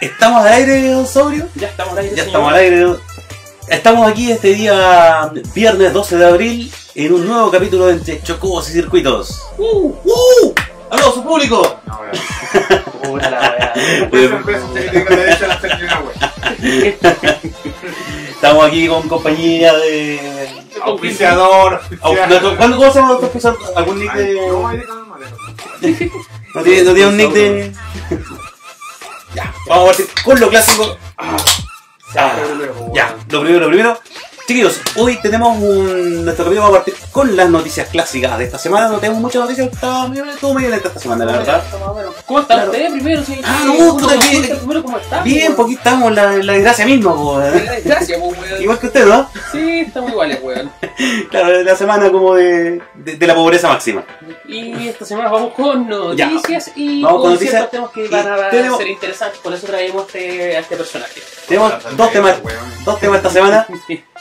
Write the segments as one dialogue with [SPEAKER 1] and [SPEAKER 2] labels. [SPEAKER 1] ¿Estamos al aire, dinosaurio?
[SPEAKER 2] Ya estamos al aire.
[SPEAKER 1] Ya
[SPEAKER 2] señor.
[SPEAKER 1] estamos al aire. Estamos aquí este día viernes 12 de abril en un nuevo capítulo de Entre Chocobos y Circuitos.
[SPEAKER 2] Uh,
[SPEAKER 1] ¡Uh! ¡Aplausos público!
[SPEAKER 3] No, weón.
[SPEAKER 2] puta la weá.
[SPEAKER 3] Muchas cervezas te tengo la derecha a la señora, weón.
[SPEAKER 1] Estamos aquí con compañía de...
[SPEAKER 3] Auspiciador.
[SPEAKER 1] Au-
[SPEAKER 3] auspiciador.
[SPEAKER 1] ¿Cuándo cuándo se llama nuestro ¿Algún nick
[SPEAKER 3] Ay,
[SPEAKER 1] de...?
[SPEAKER 3] No, ahí déjame mal, déjame.
[SPEAKER 1] ¿No tiene, no tiene un nick de...? ya, vamos a partir con lo clásico. Ah, Ya, lo primero, lo primero. Chiquillos, hoy tenemos un... Nuestro capítulo va a partir con las noticias clásicas de esta semana. No tenemos muchas noticias, está medio, estuvo medio lenta esta semana, la verdad.
[SPEAKER 2] ¿Cómo está
[SPEAKER 1] Claro.
[SPEAKER 2] usted primero? Sí,
[SPEAKER 1] Ah,
[SPEAKER 2] sí,
[SPEAKER 1] no,
[SPEAKER 2] uno
[SPEAKER 1] puta,
[SPEAKER 2] nos
[SPEAKER 1] bien.
[SPEAKER 2] cuenta primero cómo está.
[SPEAKER 1] Bien,
[SPEAKER 2] weón.
[SPEAKER 1] porque estamos en la, en la desgracia misma, po. eh.
[SPEAKER 2] Gracias, pues, weón.
[SPEAKER 1] Igual que usted, ¿no?
[SPEAKER 2] Sí, estamos iguales, weón.
[SPEAKER 1] Claro, la semana como de, de, de la pobreza máxima.
[SPEAKER 2] Y esta semana vamos con
[SPEAKER 1] Ya.
[SPEAKER 2] noticias y
[SPEAKER 1] Vamos con noticias.
[SPEAKER 2] ciertos temas que van a
[SPEAKER 1] tenemos-
[SPEAKER 2] ser interesantes. Por eso traemos este- a este personaje.
[SPEAKER 1] Tenemos dos temas, dos temas esta semana.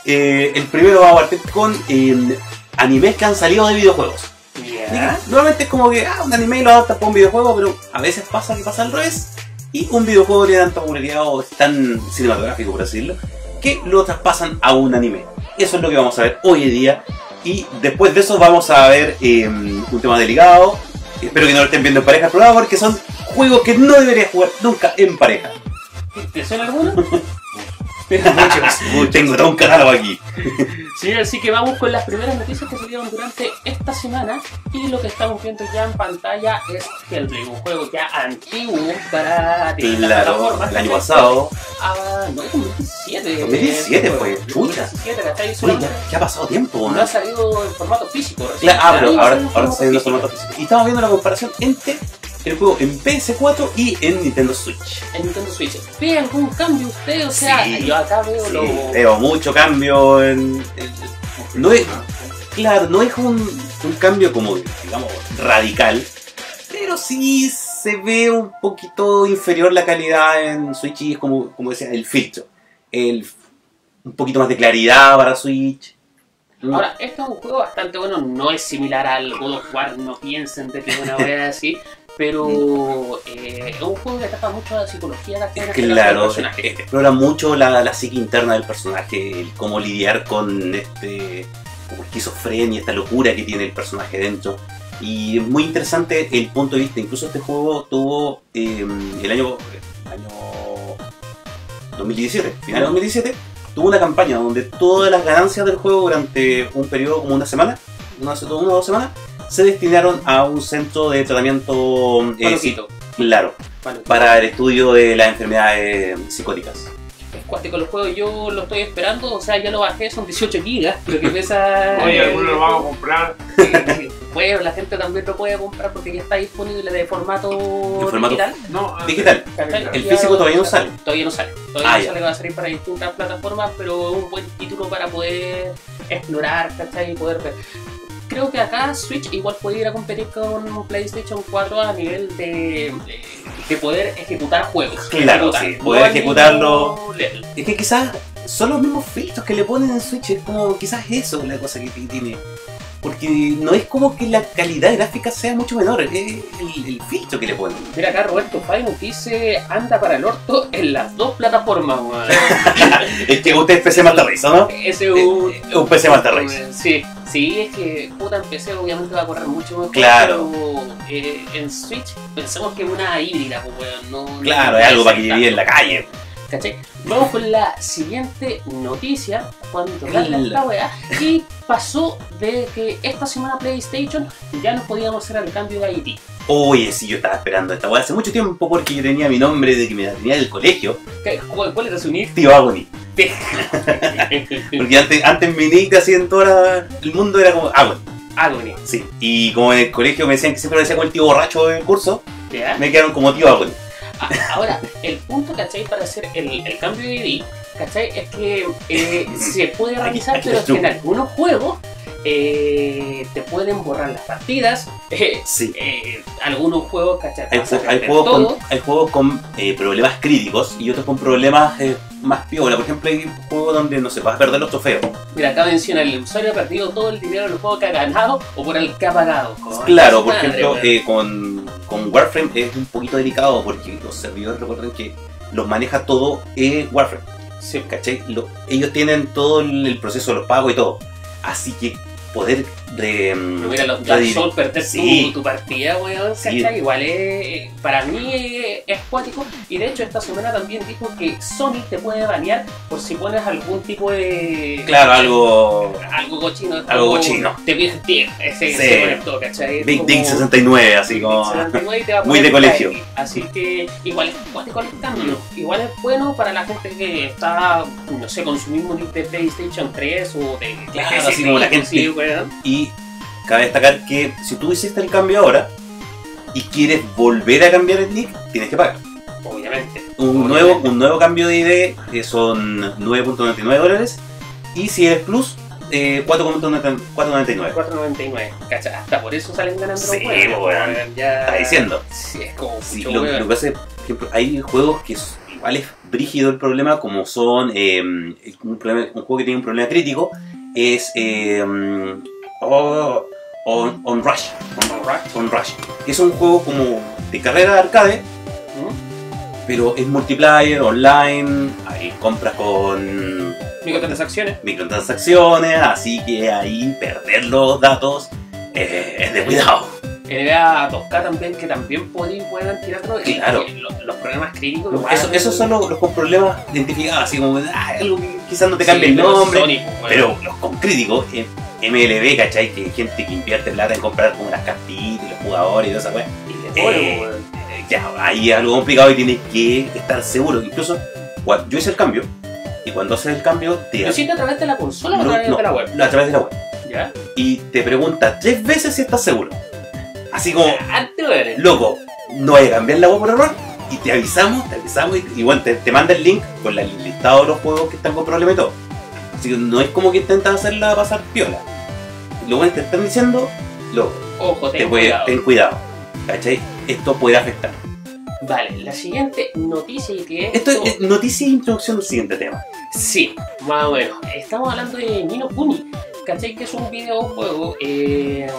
[SPEAKER 1] Eh, el primero va a partir con eh, animes que han salido de videojuegos.
[SPEAKER 2] Ya.
[SPEAKER 1] Normalmente es como que ah, un anime lo adaptas para un videojuego, pero a veces pasa que pasa al revés. Y un videojuego tiene tanta popularidad o es tan cinematográfico, por así decirlo, que lo traspasan a un anime. Eso es lo que vamos a ver hoy en día. Y después de eso vamos a ver eh, un tema delicado. Espero que no lo estén viendo en pareja el programa porque son juegos que no deberías jugar nunca en pareja.
[SPEAKER 2] ¿Te suena alguno?
[SPEAKER 1] Uy, tengo todo un catálogo aquí.
[SPEAKER 2] Sí, así que vamos con las primeras noticias que salieron durante esta semana y lo que estamos viendo ya en pantalla es Hellblade, un juego ya antiguo para de la
[SPEAKER 1] Claro,
[SPEAKER 2] plataforma.
[SPEAKER 1] el año pasado.
[SPEAKER 2] Ah, no, 2017.
[SPEAKER 1] 2017 fue, chucha.
[SPEAKER 2] 2017, ¿cachai?
[SPEAKER 1] Uy,
[SPEAKER 2] Solamente
[SPEAKER 1] ya, ya ha pasado tiempo,
[SPEAKER 2] No
[SPEAKER 1] ¿no?
[SPEAKER 2] ha salido en formato físico. recién.
[SPEAKER 1] Claro, ah, pero
[SPEAKER 2] Ahí
[SPEAKER 1] ahora,
[SPEAKER 2] salió en
[SPEAKER 1] ahora
[SPEAKER 2] formato
[SPEAKER 1] se ven los
[SPEAKER 2] físico.
[SPEAKER 1] formatos físicos. Y estamos viendo la comparación entre el juego en PS4 y en Nintendo Switch.
[SPEAKER 2] En Nintendo Switch. ¿Ve algún cambio usted? O sea,
[SPEAKER 1] Sí.
[SPEAKER 2] yo acá veo lo.
[SPEAKER 1] Veo mucho cambio en. en- no es, claro, no es un, un cambio como, digamos, radical, pero sí se ve un poquito inferior la calidad en Switch y es como, como decía, el filtro. El, un poquito más de claridad para Switch.
[SPEAKER 2] Ahora, este es un juego bastante bueno, no es similar al God of War, no piensen de que es una wea así, pero eh, es un juego que ataca mucho a la psicología, la
[SPEAKER 1] Claro, eh,
[SPEAKER 2] personaje.
[SPEAKER 1] explora mucho la, la psique interna del personaje, el cómo lidiar con este como esquizofrenia, esta locura que tiene el personaje dentro. Y es muy interesante el punto de vista. Incluso este juego tuvo eh, el año, año 2017, final de 2017, tuvo una campaña donde todas las ganancias del juego durante un periodo como una semana, no hace todo una o dos semanas, se destinaron a un centro de tratamiento eh,
[SPEAKER 2] Maluquito,
[SPEAKER 1] claro
[SPEAKER 2] maluquito.
[SPEAKER 1] para el estudio de las enfermedades psicóticas.
[SPEAKER 2] Es cuático los juegos, yo lo estoy esperando, o sea, ya lo bajé, son 18 gigas, pero que pesa...
[SPEAKER 3] Oye, algunos lo vamos a comprar.
[SPEAKER 2] Eh, Bueno, la gente también lo puede comprar porque ya está disponible de formato,
[SPEAKER 1] De formato
[SPEAKER 2] digital.
[SPEAKER 3] No, ah,
[SPEAKER 1] Digital.
[SPEAKER 2] ¿cachai?
[SPEAKER 1] El
[SPEAKER 2] Ya
[SPEAKER 1] físico todavía no
[SPEAKER 2] está.
[SPEAKER 1] sale.
[SPEAKER 2] Todavía no sale. Todavía
[SPEAKER 1] Ah,
[SPEAKER 2] no
[SPEAKER 1] ya.
[SPEAKER 2] sale, va a salir para distintas plataformas, pero es un buen título para poder explorar, ¿cachai? Y poder ver. Creo que acá Switch igual puede ir a competir con PlayStation 4 a nivel de, de, de poder ejecutar juegos.
[SPEAKER 1] Claro, sí, poder
[SPEAKER 2] al mismo
[SPEAKER 1] ejecutarlo.
[SPEAKER 2] level.
[SPEAKER 1] Es que quizás son los mismos filtros que le ponen en Switch, es como quizás eso es la cosa que ti- tiene. Porque no es como que la calidad gráfica sea mucho menor, es el, el filtro que le ponen.
[SPEAKER 2] Mira acá Roberto Fay nos dice anda para el orto en las dos plataformas, weón.
[SPEAKER 1] Es que usted es PC Master Race, ¿o ¿no?
[SPEAKER 2] Ese es un
[SPEAKER 1] Es Eh, un PC Master Race.
[SPEAKER 2] Sí, sí, es que puta en PC obviamente va a correr mucho mejor.
[SPEAKER 1] Claro.
[SPEAKER 2] pero, eh, en Switch pensamos que es una híbrida, pues, weón, no-
[SPEAKER 1] Claro,
[SPEAKER 2] no
[SPEAKER 1] es algo
[SPEAKER 2] es
[SPEAKER 1] para que
[SPEAKER 2] tanto,
[SPEAKER 1] vive en la calle.
[SPEAKER 2] ¿cachai? Vamos con la siguiente noticia. Cuando
[SPEAKER 1] El-
[SPEAKER 2] gana esta weá. Y pasó de que esta semana PlayStation ya no podíamos hacer el cambio de Haití.
[SPEAKER 1] Oye, sí, yo estaba esperando esta weá hace mucho tiempo porque yo tenía mi nombre de que me la tenía del colegio,
[SPEAKER 2] ¿Qué- ¿Cuál, cuál era su nick?
[SPEAKER 1] Tío Agony. Porque antes, antes mi nick así en todo el mundo era como Agony.
[SPEAKER 2] Agony.
[SPEAKER 1] Sí, y como en el colegio me decían que siempre lo decía con el tío borracho del curso,
[SPEAKER 2] ¿Ya?
[SPEAKER 1] me quedaron como tío Agony.
[SPEAKER 2] Ah, Ahora, el punto, ¿cachai? Para hacer el, el cambio de ID, ¿cachai? Es que eh, se puede realizar,
[SPEAKER 1] aquí
[SPEAKER 2] pero
[SPEAKER 1] está
[SPEAKER 2] es
[SPEAKER 1] el
[SPEAKER 2] que en
[SPEAKER 1] truco.
[SPEAKER 2] algunos juegos eh, te pueden borrar las partidas. eh,
[SPEAKER 1] Sí.
[SPEAKER 2] eh, algunos juegos, ¿cachai?
[SPEAKER 1] Hay,
[SPEAKER 2] Vas a
[SPEAKER 1] ju- hay
[SPEAKER 2] perder
[SPEAKER 1] juegos
[SPEAKER 2] todo.
[SPEAKER 1] con, hay juegos con eh, problemas críticos y otros con problemas eh, más piola. Por ejemplo, hay juegos donde, no sé, vas a perder los trofeos.
[SPEAKER 2] Mira, acá menciona el usuario ha perdido todo el dinero del juego que ha ganado o por el que ha pagado. Coño,
[SPEAKER 1] Claro, por
[SPEAKER 2] madre,
[SPEAKER 1] ejemplo,
[SPEAKER 2] weón.
[SPEAKER 1] eh, con, con Warframe es un poquito delicado porque los servidores recuerden que los maneja todo eh, Warframe.
[SPEAKER 2] Sí.
[SPEAKER 1] ¿cachai? Lo- ellos tienen todo el el proceso de los pagos y todo. Así que poder de.
[SPEAKER 2] Pero mira, los Dark Souls perder
[SPEAKER 1] Sí.
[SPEAKER 2] tu, tu partida, weón,
[SPEAKER 1] Sí.
[SPEAKER 2] ¿cachai? Igual es, eh, para mí es, es cuático. Y de hecho, esta semana también dijo que Sony te puede banear por si pones algún tipo de.
[SPEAKER 1] Claro, algo.
[SPEAKER 2] Algo cochino. es
[SPEAKER 1] Algo
[SPEAKER 2] como
[SPEAKER 1] cochino.
[SPEAKER 2] Te pides 10, ese,
[SPEAKER 1] Sí.
[SPEAKER 2] ese conector, ¿cachai? Es
[SPEAKER 1] Big
[SPEAKER 2] como-
[SPEAKER 1] Dick 69, así como.
[SPEAKER 2] 69 y te va a
[SPEAKER 1] Muy
[SPEAKER 2] poner
[SPEAKER 1] de
[SPEAKER 2] por ahí.
[SPEAKER 1] colegio.
[SPEAKER 2] Así que igual es cuático el cambio. Igual es bueno para la gente que está, no sé, consumiendo de PlayStation 3 o de.
[SPEAKER 1] Claro,
[SPEAKER 2] de
[SPEAKER 1] así
[SPEAKER 2] PSP,
[SPEAKER 1] como la gente-
[SPEAKER 2] inclusive, weón.
[SPEAKER 1] Y cabe destacar que si tú hiciste el cambio ahora y quieres volver a cambiar el nick, tienes que pagar.
[SPEAKER 2] Obviamente.
[SPEAKER 1] Un,
[SPEAKER 2] Obviamente.
[SPEAKER 1] nuevo, un nuevo cambio de ID eh, son 9.99 dólares y si eres plus, eh, 4.99.
[SPEAKER 2] 4.99, ¿cachai? Hasta por eso salen ganando
[SPEAKER 1] Sí, pues,
[SPEAKER 2] los juegos,
[SPEAKER 1] weón.
[SPEAKER 2] weón, ya...
[SPEAKER 1] Está diciendo.
[SPEAKER 2] Sí, es como
[SPEAKER 1] Sí,
[SPEAKER 2] mucho
[SPEAKER 1] lo,
[SPEAKER 2] weón.
[SPEAKER 1] lo que pasa es, por ejemplo, hay juegos que es- igual es brígido el problema, como son eh, un, problema- un juego que tiene un problema crítico, es eh, mm, oh, on, on Rush. On-
[SPEAKER 2] Alright.
[SPEAKER 1] On Rush. Es un juego como de carrera de arcade,
[SPEAKER 2] ¿Mm?
[SPEAKER 1] pero es multiplayer, online, hay compras con
[SPEAKER 2] Microtransacciones.
[SPEAKER 1] microtransacciones, así que ahí perder los datos eh, es de cuidado.
[SPEAKER 2] NBA 2K también, que también pueden, pueden tirarlo. y
[SPEAKER 1] Claro.
[SPEAKER 2] que lo- los problemas críticos... lo
[SPEAKER 1] Eso-
[SPEAKER 2] van a-
[SPEAKER 1] esos son los, los con problemas identificados, así como ah, algo que quizás no te cambie
[SPEAKER 2] Sí,
[SPEAKER 1] el
[SPEAKER 2] pero
[SPEAKER 1] nombre,
[SPEAKER 2] Sony, pues, weón.
[SPEAKER 1] pero los con críticos, eh, MLB, ¿cachai? Que hay gente que invierte plata en comprar como las cartitas, y los jugadores y toda esa weá.
[SPEAKER 2] Y de todo,
[SPEAKER 1] eh,
[SPEAKER 2] weón.
[SPEAKER 1] Eh, ya, ahí es algo complicado y tienes que estar seguro. Incluso, cua- yo hice el cambio, y cuando haces el cambio, te
[SPEAKER 2] ¿Lo hiciste a través de la consola o a
[SPEAKER 1] no,
[SPEAKER 2] través
[SPEAKER 1] no,
[SPEAKER 2] de la web?
[SPEAKER 1] a través de la web.
[SPEAKER 2] ¿Ya?
[SPEAKER 1] Y te pregunta tres veces si estás seguro. Así como,
[SPEAKER 2] Antes lo eres.
[SPEAKER 1] loco, no hay que cambiar la web por error. Y te avisamos, te avisamos y, y bueno, te, te manda el link con la- el listado de los juegos que están con problemas y todo. Así que no es como que intentas hacerla pasar piola. Lo bueno es que te están diciendo, loco,
[SPEAKER 2] Ojo,
[SPEAKER 1] te
[SPEAKER 2] ten
[SPEAKER 1] puede,
[SPEAKER 2] cuidado.
[SPEAKER 1] ten cuidado. ¿Cachai? Esto puede afectar.
[SPEAKER 2] Vale, la siguiente noticia y que es...
[SPEAKER 1] Esto es eh, noticia e introducción del siguiente tema.
[SPEAKER 2] Sí, más o menos. Estamos hablando de Nino Kuni, ¿cachai? Que es un videojuego eh,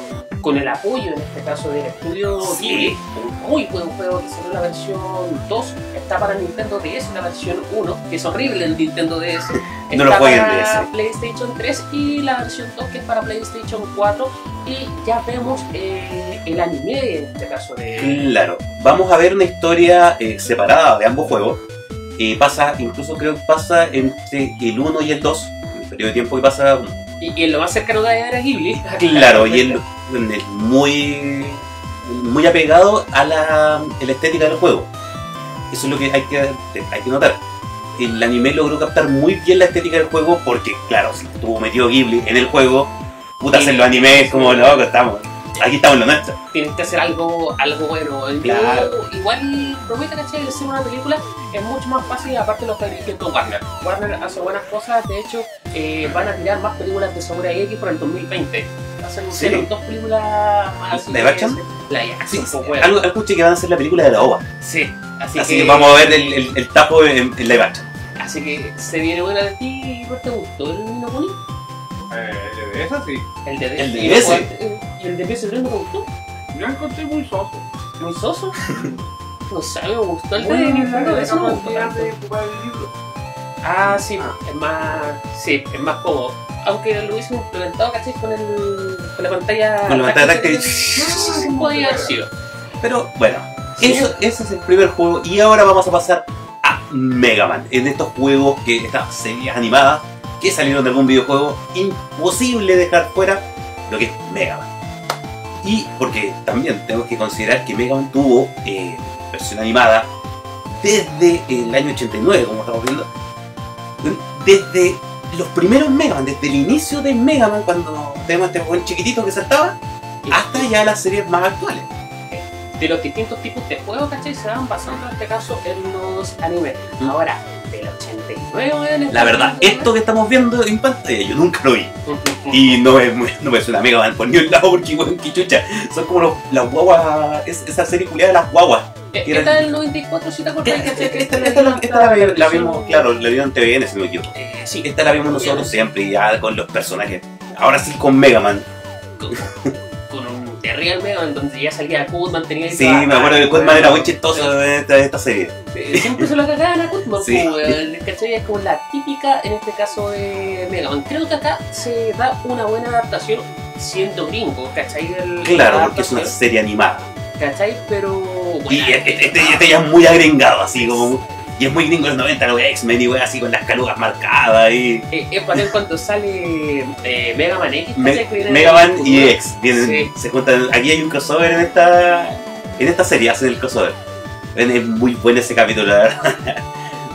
[SPEAKER 2] con el apoyo, en este caso, del estudio
[SPEAKER 1] Sí.
[SPEAKER 2] Ghibli. Un muy buen juego que salió en la versión 2. Está para Nintendo DS, la versión 1, que es horrible el Nintendo DS. Está
[SPEAKER 1] No lo jueguen
[SPEAKER 2] para
[SPEAKER 1] DS.
[SPEAKER 2] PlayStation 3 y la versión 2, que es para PlayStation 4. Y ya vemos eh, el anime, en este caso, de...
[SPEAKER 1] Claro, vamos a ver una historia eh, separada de ambos juegos. Eh, pasa, incluso creo que pasa entre el 1 y el 2, el periodo de tiempo que pasa como
[SPEAKER 2] Y, y en lo más cercano de era Ghibli.
[SPEAKER 1] Claro, y él, él es muy, muy apegado a la, a la estética del juego. Eso es lo que hay que, hay que notar. El anime logró captar muy bien la estética del juego porque, claro, si estuvo metido Ghibli en el juego, puta, hacer los animes como loco, estamos. Aquí estamos en lo nuestro.
[SPEAKER 2] tienes que hacer algo, algo bueno. El
[SPEAKER 1] Claro.
[SPEAKER 2] video, Igual promete, ¿cachai? Hacer una película es mucho más fácil, aparte de los que dirigiendo Warner. Warner hace buenas cosas, de hecho, eh, van a tirar más películas de Samurai X por el 2020. Hacen
[SPEAKER 1] Sí.
[SPEAKER 2] dos películas más. así
[SPEAKER 1] ¿Live
[SPEAKER 2] que-
[SPEAKER 1] action?
[SPEAKER 2] Live action,
[SPEAKER 1] Sí,
[SPEAKER 2] pues,
[SPEAKER 1] sí,
[SPEAKER 2] weón.
[SPEAKER 1] algo, escuché que van a hacer la película de la OVA.
[SPEAKER 2] Sí, así,
[SPEAKER 1] Así que vamos a ver el, el, el tapo en, en live action.
[SPEAKER 2] Así que se viene buena de ti, ¿no te gustó el Nino Kuni?
[SPEAKER 3] Eh, de eso sí.
[SPEAKER 2] El de,
[SPEAKER 1] El de
[SPEAKER 2] y
[SPEAKER 1] DS.
[SPEAKER 2] el- ¿Y Eh, el de PS3 no te gustó?
[SPEAKER 3] Yo encontré muy soso.
[SPEAKER 2] ¿Muy soso? no sé, me gustó el de
[SPEAKER 3] Bueno,
[SPEAKER 2] Nintendo,
[SPEAKER 3] la
[SPEAKER 2] eso me gustó
[SPEAKER 3] capacidad
[SPEAKER 2] tanto.
[SPEAKER 3] de jugar el libro.
[SPEAKER 2] Ah, sí,
[SPEAKER 3] Ah.
[SPEAKER 2] es más. Sí, es más cómodo. Aunque lo hubiesen implementado, ¿cachai? Con, el, con la pantalla.
[SPEAKER 1] Con la pantalla táctil.
[SPEAKER 2] No, podía haber sido.
[SPEAKER 1] Pero bueno, eso, ese es el primer juego. Y ahora vamos a pasar a Mega Man. En estos juegos que estas series animadas que salieron de algún videojuego, imposible dejar fuera lo que es Mega Man. Y porque también tenemos que considerar que Mega Man tuvo eh, versión animada desde el año 89, como estamos viendo, desde los primeros Mega Man, desde el inicio de Mega Man, cuando tenemos este buen chiquitito que saltaba, hasta ya las series más actuales.
[SPEAKER 2] De los distintos tipos de juegos, ¿cachai? Se van basando en este caso en los animes.
[SPEAKER 1] Mm.
[SPEAKER 2] Ahora, del 89, weón,
[SPEAKER 1] La verdad,
[SPEAKER 2] estamos
[SPEAKER 1] esto
[SPEAKER 2] hablando
[SPEAKER 1] que estamos viendo en pantalla, yo nunca lo vi.
[SPEAKER 2] de-
[SPEAKER 1] Y no me, no me suena Mega Man por ni un lado, porque weón, que chucha. Son como los- las guaguas, es- esa serie culiada de las guaguas.
[SPEAKER 2] Eh,
[SPEAKER 1] era-
[SPEAKER 2] Esta del 94, si te acordás,
[SPEAKER 1] Esta,
[SPEAKER 2] ¿cachai? Que este
[SPEAKER 1] esta-
[SPEAKER 2] esta
[SPEAKER 1] esta la, esta la vi- la
[SPEAKER 2] versión-
[SPEAKER 1] vimos, claro, la vieron en TVN, si no me equivoco.
[SPEAKER 2] Eh,
[SPEAKER 1] Sí,
[SPEAKER 2] sí,
[SPEAKER 1] esta la vimos nosotros siempre, ya con los personajes. Ahora sí con Mega Man.
[SPEAKER 2] con un de arriba del medio, en donde ya salía Kutman, tenía
[SPEAKER 1] Sí, me acuerdo que Cutman era muy chistoso en esta, esta serie.
[SPEAKER 2] Eh, Siempre se lo cagaban a Goodman,
[SPEAKER 1] Sí.
[SPEAKER 2] po, weón, ¿cachai? Es como la típica, en este caso, de Mega Man. Creo que acá se da una buena adaptación siendo gringo, ¿cachai? El-
[SPEAKER 1] Claro,
[SPEAKER 2] la
[SPEAKER 1] porque es una
[SPEAKER 2] adaptación,
[SPEAKER 1] serie animada.
[SPEAKER 2] ¿Cachai? Pero...
[SPEAKER 1] Y
[SPEAKER 2] bueno, ah,
[SPEAKER 1] este, este- este ya es muy agrengado, así como. Y es muy gringo de los 90, la wea X-Men y wea así con las calugas marcadas y.
[SPEAKER 2] eh, Es para él cuando sale eh, Mega Man X,
[SPEAKER 1] Me-
[SPEAKER 2] ¿cachai? Que viene
[SPEAKER 1] Mega Man
[SPEAKER 2] con-
[SPEAKER 1] y E. X vienen, se juntan. Aquí hay un crossover en esta. En esta serie hacen el crossover. Es es muy bueno ese capítulo, la verdad.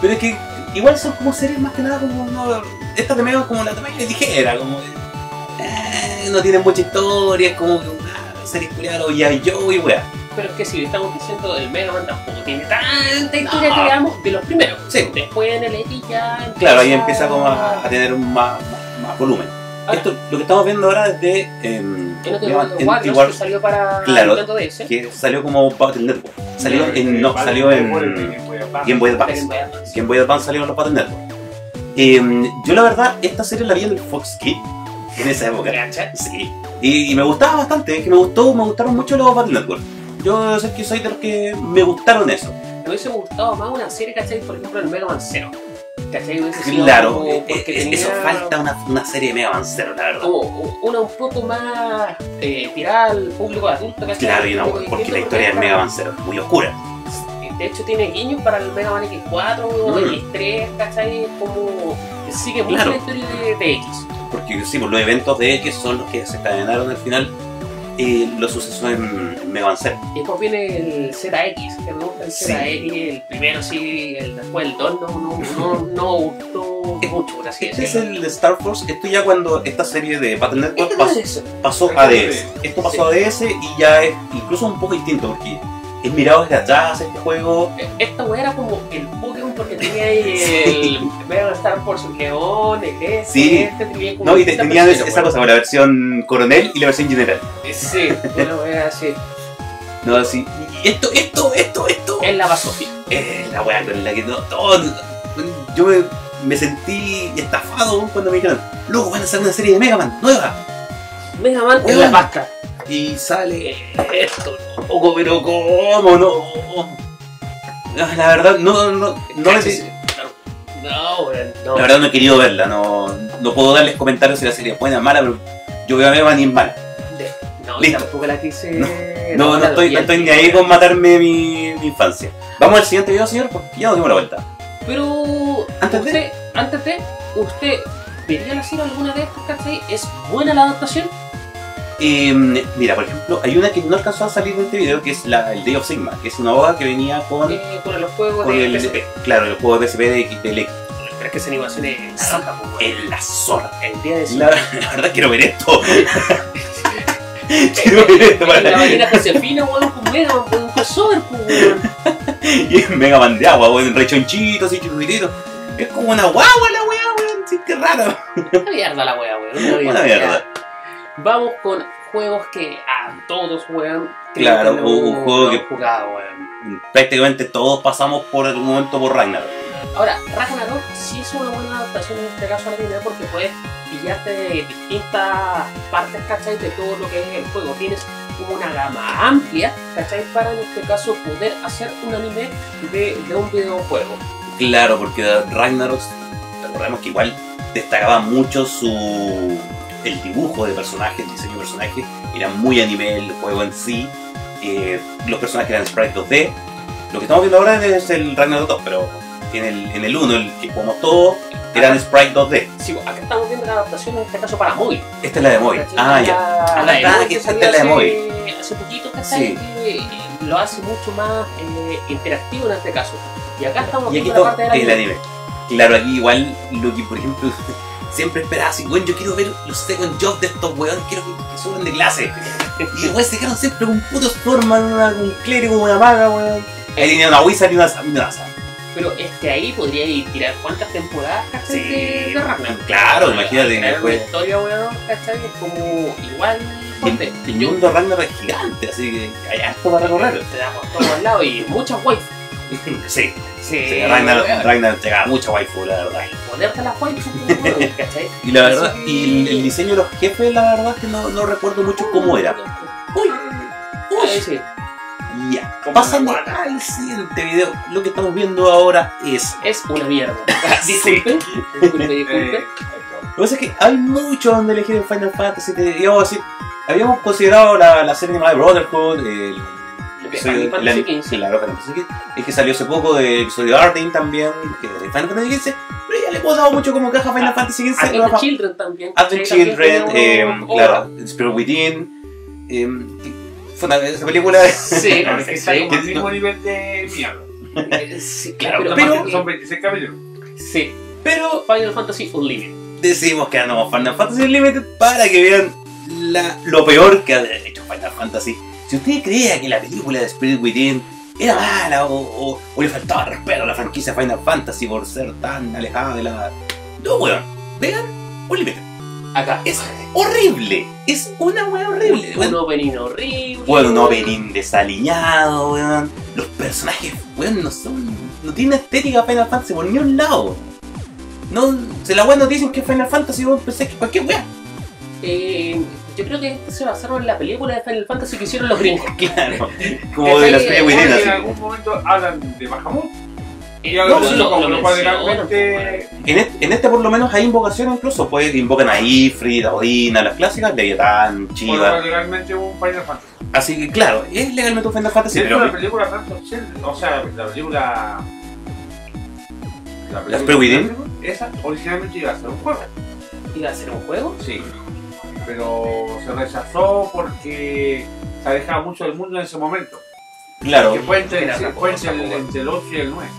[SPEAKER 1] Pero es que igual son como series más que nada como. No, estas de Mega como la de Mega ligera, como. eh, no tienen mucha historia, es como que una serie culiada, o ya yo y wea.
[SPEAKER 2] Pero es que si le estamos diciendo, el Mega Man tampoco tiene tanta historia
[SPEAKER 1] No.
[SPEAKER 2] que digamos de los primeros.
[SPEAKER 1] Sí.
[SPEAKER 2] Después en el X ya empieza...
[SPEAKER 1] Claro, ahí empieza como a, a tener un más, más- más volumen.
[SPEAKER 2] Ahora,
[SPEAKER 1] Esto, lo que estamos viendo ahora es de em,
[SPEAKER 2] yo
[SPEAKER 1] ¿cómo se
[SPEAKER 2] no tengo
[SPEAKER 1] llama?
[SPEAKER 2] Warriors,
[SPEAKER 1] Entity
[SPEAKER 2] que
[SPEAKER 1] Wars,
[SPEAKER 2] salió para
[SPEAKER 1] Claro.
[SPEAKER 2] Nintendo DS.
[SPEAKER 1] que salió como Battle Network. Salió
[SPEAKER 3] Eh,
[SPEAKER 1] en, no,
[SPEAKER 3] vale,
[SPEAKER 1] salió
[SPEAKER 3] Game Boy,
[SPEAKER 1] en
[SPEAKER 3] Game Boy Advance.
[SPEAKER 1] Game Boy
[SPEAKER 2] Para que
[SPEAKER 1] Advance.
[SPEAKER 2] vaya más.
[SPEAKER 1] Game Boy Advance salieron los Battle Network. Em, yo la verdad, esta serie la vi en el Fox Kids en esa época.
[SPEAKER 2] ¿Cachai?
[SPEAKER 1] Sí. Y, y me gustaba bastante, es que me gustó, me gustaron mucho los Battle Network. Yo sé que soy de los que me gustaron eso.
[SPEAKER 2] Me hubiese gustado más una serie, ¿cachai? Por ejemplo, el Mega Man Zero. ¿Cachai? Hubiese sido
[SPEAKER 1] Claro,
[SPEAKER 2] como-
[SPEAKER 1] eh,
[SPEAKER 2] porque
[SPEAKER 1] eh,
[SPEAKER 2] tenía
[SPEAKER 1] eso falta una, una serie de Mega Man Zero, la verdad.
[SPEAKER 2] Como u- una un poco más eh, tirada al público adulto, ¿cachai?
[SPEAKER 1] Claro, y no, porque la historia del Mega Man Zero es muy oscura.
[SPEAKER 2] De hecho, tiene guiños para el Mega Man X4 o
[SPEAKER 1] Mm.
[SPEAKER 2] X3, ¿cachai? Como. Sigue mucho
[SPEAKER 1] Claro.
[SPEAKER 2] la historia de, de X.
[SPEAKER 1] porque sí, pues, los eventos de X son los que se encadenaron al final eh, los sucesos en, en Mega Man Zero.
[SPEAKER 2] Y después viene el ZX, que me gusta el
[SPEAKER 1] Sí.
[SPEAKER 2] ZX, el primero sí, el, después el 2 no, no, no, no gustó mucho, por así
[SPEAKER 1] Este es
[SPEAKER 2] decirlo.
[SPEAKER 1] el de Star Force, esto ya cuando esta serie de Battle Network
[SPEAKER 2] Este no es
[SPEAKER 1] pasó,
[SPEAKER 2] eso.
[SPEAKER 1] pasó a DS. Esto pasó a DS y ya es incluso un poco distinto porque es mirado desde atrás este juego.
[SPEAKER 2] Eh, Esta wea era como el Pokémon porque tenía ahí el Mega Star por su león, el este,
[SPEAKER 1] Sí.
[SPEAKER 2] este tenía como.
[SPEAKER 1] No, y te-
[SPEAKER 2] esta
[SPEAKER 1] tenía
[SPEAKER 2] persona,
[SPEAKER 1] esa cosa, la versión coronel y la versión general.
[SPEAKER 2] wea. Sí, una wea así.
[SPEAKER 1] No, así. y Esto, esto, esto, esto.
[SPEAKER 2] Es la basofia.
[SPEAKER 1] Es la weá con la que no- todo. Yo me, me sentí estafado weón, cuando me dijeron, loco, van a hacer una serie de Mega Man nueva.
[SPEAKER 2] Mega Man es
[SPEAKER 1] Weón.
[SPEAKER 2] la pasta.
[SPEAKER 1] y sale esto, loco, pero ¿cómo no? No, La verdad, no, no, no, les-
[SPEAKER 2] Cáchese. No, weón, no.
[SPEAKER 1] la verdad no he querido verla, no, no puedo darles comentarios si la serie es buena o mala, pero yo veo a Mega Man y es mala.
[SPEAKER 2] De- No,
[SPEAKER 1] Listo.
[SPEAKER 2] tampoco la quise.
[SPEAKER 1] No, No, no estoy, no estoy ni ahí con matarme mi, mi infancia. Vamos al siguiente video, señor, porque ya nos dimos la vuelta.
[SPEAKER 2] Pero.
[SPEAKER 1] Antes de-
[SPEAKER 2] usted, Antes de. ¿Usted vería la serie alguna de estas, cachai? ¿Es buena la adaptación?
[SPEAKER 1] Eh, mira, por ejemplo, hay una que no alcanzó a salir de este video, que es la, el Day of Sigma, que es una boda que venía con,
[SPEAKER 2] Eh, con los juegos
[SPEAKER 1] con
[SPEAKER 2] de
[SPEAKER 1] el, eh,
[SPEAKER 2] PSP.
[SPEAKER 1] claro, el juego de PSP de, de, de-
[SPEAKER 2] Pero es que esa animación es.
[SPEAKER 1] Sí.
[SPEAKER 2] roca, pues, po, weón.
[SPEAKER 1] en la zorra.
[SPEAKER 2] El día de su
[SPEAKER 1] La, la verdad quiero ver esto. quiero ver esto
[SPEAKER 2] La
[SPEAKER 1] para-
[SPEAKER 2] ballena Josefina, weón, con Mega Man, weón, un crossover, pues, weón.
[SPEAKER 1] Y es Mega Man de agua, weón, rechonchitos y chiquititos. Es como una guagua la weá, weón. Sí, qué raro.
[SPEAKER 2] Una mierda la weá, weón. Una mierda.
[SPEAKER 1] Una mierda.
[SPEAKER 2] Vamos con juegos que a todos, weón. creo
[SPEAKER 1] Claro,
[SPEAKER 2] que
[SPEAKER 1] un- un
[SPEAKER 2] hemos-
[SPEAKER 1] juego que-
[SPEAKER 2] hemos jugado, weón.
[SPEAKER 1] Prácticamente todos pasamos por algún momento por Ragnarok.
[SPEAKER 2] Ahora, Ragnarok sí es una buena adaptación en este caso a la primera porque puedes pillarte de distintas partes, ¿cachai? De todo lo que es el juego. Tienes como una gama amplia, ¿cachai? Para en este caso poder hacer un anime de, de un videojuego.
[SPEAKER 1] Claro, porque Ragnarok, recordemos que igual destacaba mucho su el dibujo de personajes, el diseño de personajes, era muy anime el juego en sí, eh, los personajes eran sprites 2D, lo que estamos viendo ahora es el Ragnarok 2, pero en el, en el 1, el que jugamos todo, eran sprites 2D.
[SPEAKER 2] Sí, pues, acá estamos viendo la adaptación en este caso para móvil.
[SPEAKER 1] Esta es la de móvil. Ah, ya.
[SPEAKER 2] A
[SPEAKER 1] la de móvil, que está la de
[SPEAKER 2] móvil. Hace poquito, ¿cachai?
[SPEAKER 1] Sí.
[SPEAKER 2] Que, eh, lo hace mucho más eh, interactivo en este caso. Y acá estamos
[SPEAKER 1] Y aquí
[SPEAKER 2] viendo
[SPEAKER 1] todo
[SPEAKER 2] la parte de la
[SPEAKER 1] el
[SPEAKER 2] anime.
[SPEAKER 1] anime. Claro, aquí igual lo que, por ejemplo, siempre esperaba así, weón, yo quiero ver los second jobs de estos weón, quiero que, que suban de clase. Y weón, se quedaron siempre con un puto Storman, una- un clérigo, una maga, weón. Ahí tenía una wizard y una amenaza.
[SPEAKER 2] Pero es que ahí podría ir tirar cuántas temporadas, ¿cachai? de, de Ragnar.
[SPEAKER 1] claro, imagínate.
[SPEAKER 2] Crear una
[SPEAKER 1] después-
[SPEAKER 2] historia, weón, ¿cachai? Es como igual. fuerte.
[SPEAKER 1] el mundo Ragnarok es gigante, así que hay harto para recorrer.
[SPEAKER 2] Te da por todos lados y muchas waifus.
[SPEAKER 1] Sí,
[SPEAKER 2] Sí,
[SPEAKER 1] sí, Ragnarok,
[SPEAKER 2] weón.
[SPEAKER 1] Ragnarok llegaba mucha waifu, la verdad.
[SPEAKER 2] Y Ponerte las waifus, weón, ¿cachai?
[SPEAKER 1] Y la verdad, y el, el diseño de los jefes, la verdad es que no, no recuerdo mucho cómo era. Uy,
[SPEAKER 2] ahí sí.
[SPEAKER 1] Ya.
[SPEAKER 3] Como
[SPEAKER 1] Pasando
[SPEAKER 3] una guata.
[SPEAKER 1] al siguiente video, lo que estamos viendo ahora es.
[SPEAKER 2] Es una mierda. Disculpe, disculpe, disculpe.
[SPEAKER 3] Eh,
[SPEAKER 1] Lo que pasa es que hay mucho donde elegir en Final Fantasy. Te, digamos así, habíamos considerado la, la serie llamada Brotherhood, el. episodio-
[SPEAKER 2] Final Fantasy
[SPEAKER 1] la-
[SPEAKER 2] XV.
[SPEAKER 1] sí, la Final Fantasy XV, el que salió hace poco, el episodio de Arden también, que de Final Fantasy XV, pero ya le hemos dado mucho como caja a Final
[SPEAKER 2] Ah,
[SPEAKER 1] Fantasy XV.
[SPEAKER 2] Advent
[SPEAKER 1] lo baja-
[SPEAKER 2] Children también.
[SPEAKER 1] Advent
[SPEAKER 2] Sí, también
[SPEAKER 1] Children,
[SPEAKER 2] tiene Oh,
[SPEAKER 1] em,
[SPEAKER 2] una obra.
[SPEAKER 1] claro, Spirit Within. em, que fue una, esa película.
[SPEAKER 2] Sí,
[SPEAKER 3] pero es que está
[SPEAKER 2] sí.
[SPEAKER 3] como al mismo nivel de mierda.
[SPEAKER 2] Sí,
[SPEAKER 3] Claro,
[SPEAKER 2] claro, pero,
[SPEAKER 1] pero-
[SPEAKER 3] son 26 capítulos.
[SPEAKER 2] sí,
[SPEAKER 1] Pero
[SPEAKER 2] Final Fantasy Unlimited.
[SPEAKER 1] decidimos que no Final Fantasy Unlimited para que vean la- lo peor que ha hecho Final Fantasy. Si usted creía que la película de Spirit Within era mala o, o- o le faltaba respeto a la franquicia Final Fantasy por ser tan alejada de la. No, weón. Vean Unlimited.
[SPEAKER 2] Acá.
[SPEAKER 1] Es horrible. Es una weá horrible.
[SPEAKER 2] Un
[SPEAKER 1] Weón,
[SPEAKER 2] opening horrible.
[SPEAKER 1] Weón, un opening desaliñado, weón. Los personajes, weón, no son. No tienen estética Final Fantasy por ni un lado. No, se la weón nos dicen que es Final Fantasy, weón, pensé que cualquier weá.
[SPEAKER 2] Eh, yo creo que se basaron en la película de Final Fantasy que hicieron los gringos.
[SPEAKER 1] Claro, como de la
[SPEAKER 2] Sí,
[SPEAKER 1] serie
[SPEAKER 2] muy
[SPEAKER 3] Oye,
[SPEAKER 1] Within,
[SPEAKER 3] en
[SPEAKER 1] así.
[SPEAKER 3] algún momento hablan de Bahamut. Y
[SPEAKER 2] Eh,
[SPEAKER 3] hablan
[SPEAKER 1] no,
[SPEAKER 3] de
[SPEAKER 1] lo-
[SPEAKER 3] como
[SPEAKER 2] lo
[SPEAKER 3] lo
[SPEAKER 2] mencionaron,
[SPEAKER 3] cuadrilante-
[SPEAKER 1] En, este, en este por lo menos hay invocaciones incluso, pues invocan a Ifrit, a Odin, a las clásicas, Leviatán,
[SPEAKER 3] como
[SPEAKER 1] Chiva.
[SPEAKER 3] cuadrilante un Final Fantasy.
[SPEAKER 1] Así que claro, es legalmente un Final Fantasy,
[SPEAKER 3] De hecho, la
[SPEAKER 1] pero
[SPEAKER 3] película tanto Shell- o sea, la película. La
[SPEAKER 1] ¿La Spirit Within?
[SPEAKER 3] Esa originalmente iba a ser un juego.
[SPEAKER 2] ¿Iba a ser un juego?
[SPEAKER 3] Sí. Pero se rechazó porque se alejaba mucho del mundo en ese momento.
[SPEAKER 1] claro.
[SPEAKER 3] Que fue entre,
[SPEAKER 2] Era
[SPEAKER 3] sí,
[SPEAKER 2] la
[SPEAKER 3] fue
[SPEAKER 2] cosa,
[SPEAKER 3] entre el,
[SPEAKER 2] como-
[SPEAKER 3] entre el 8 y el 9.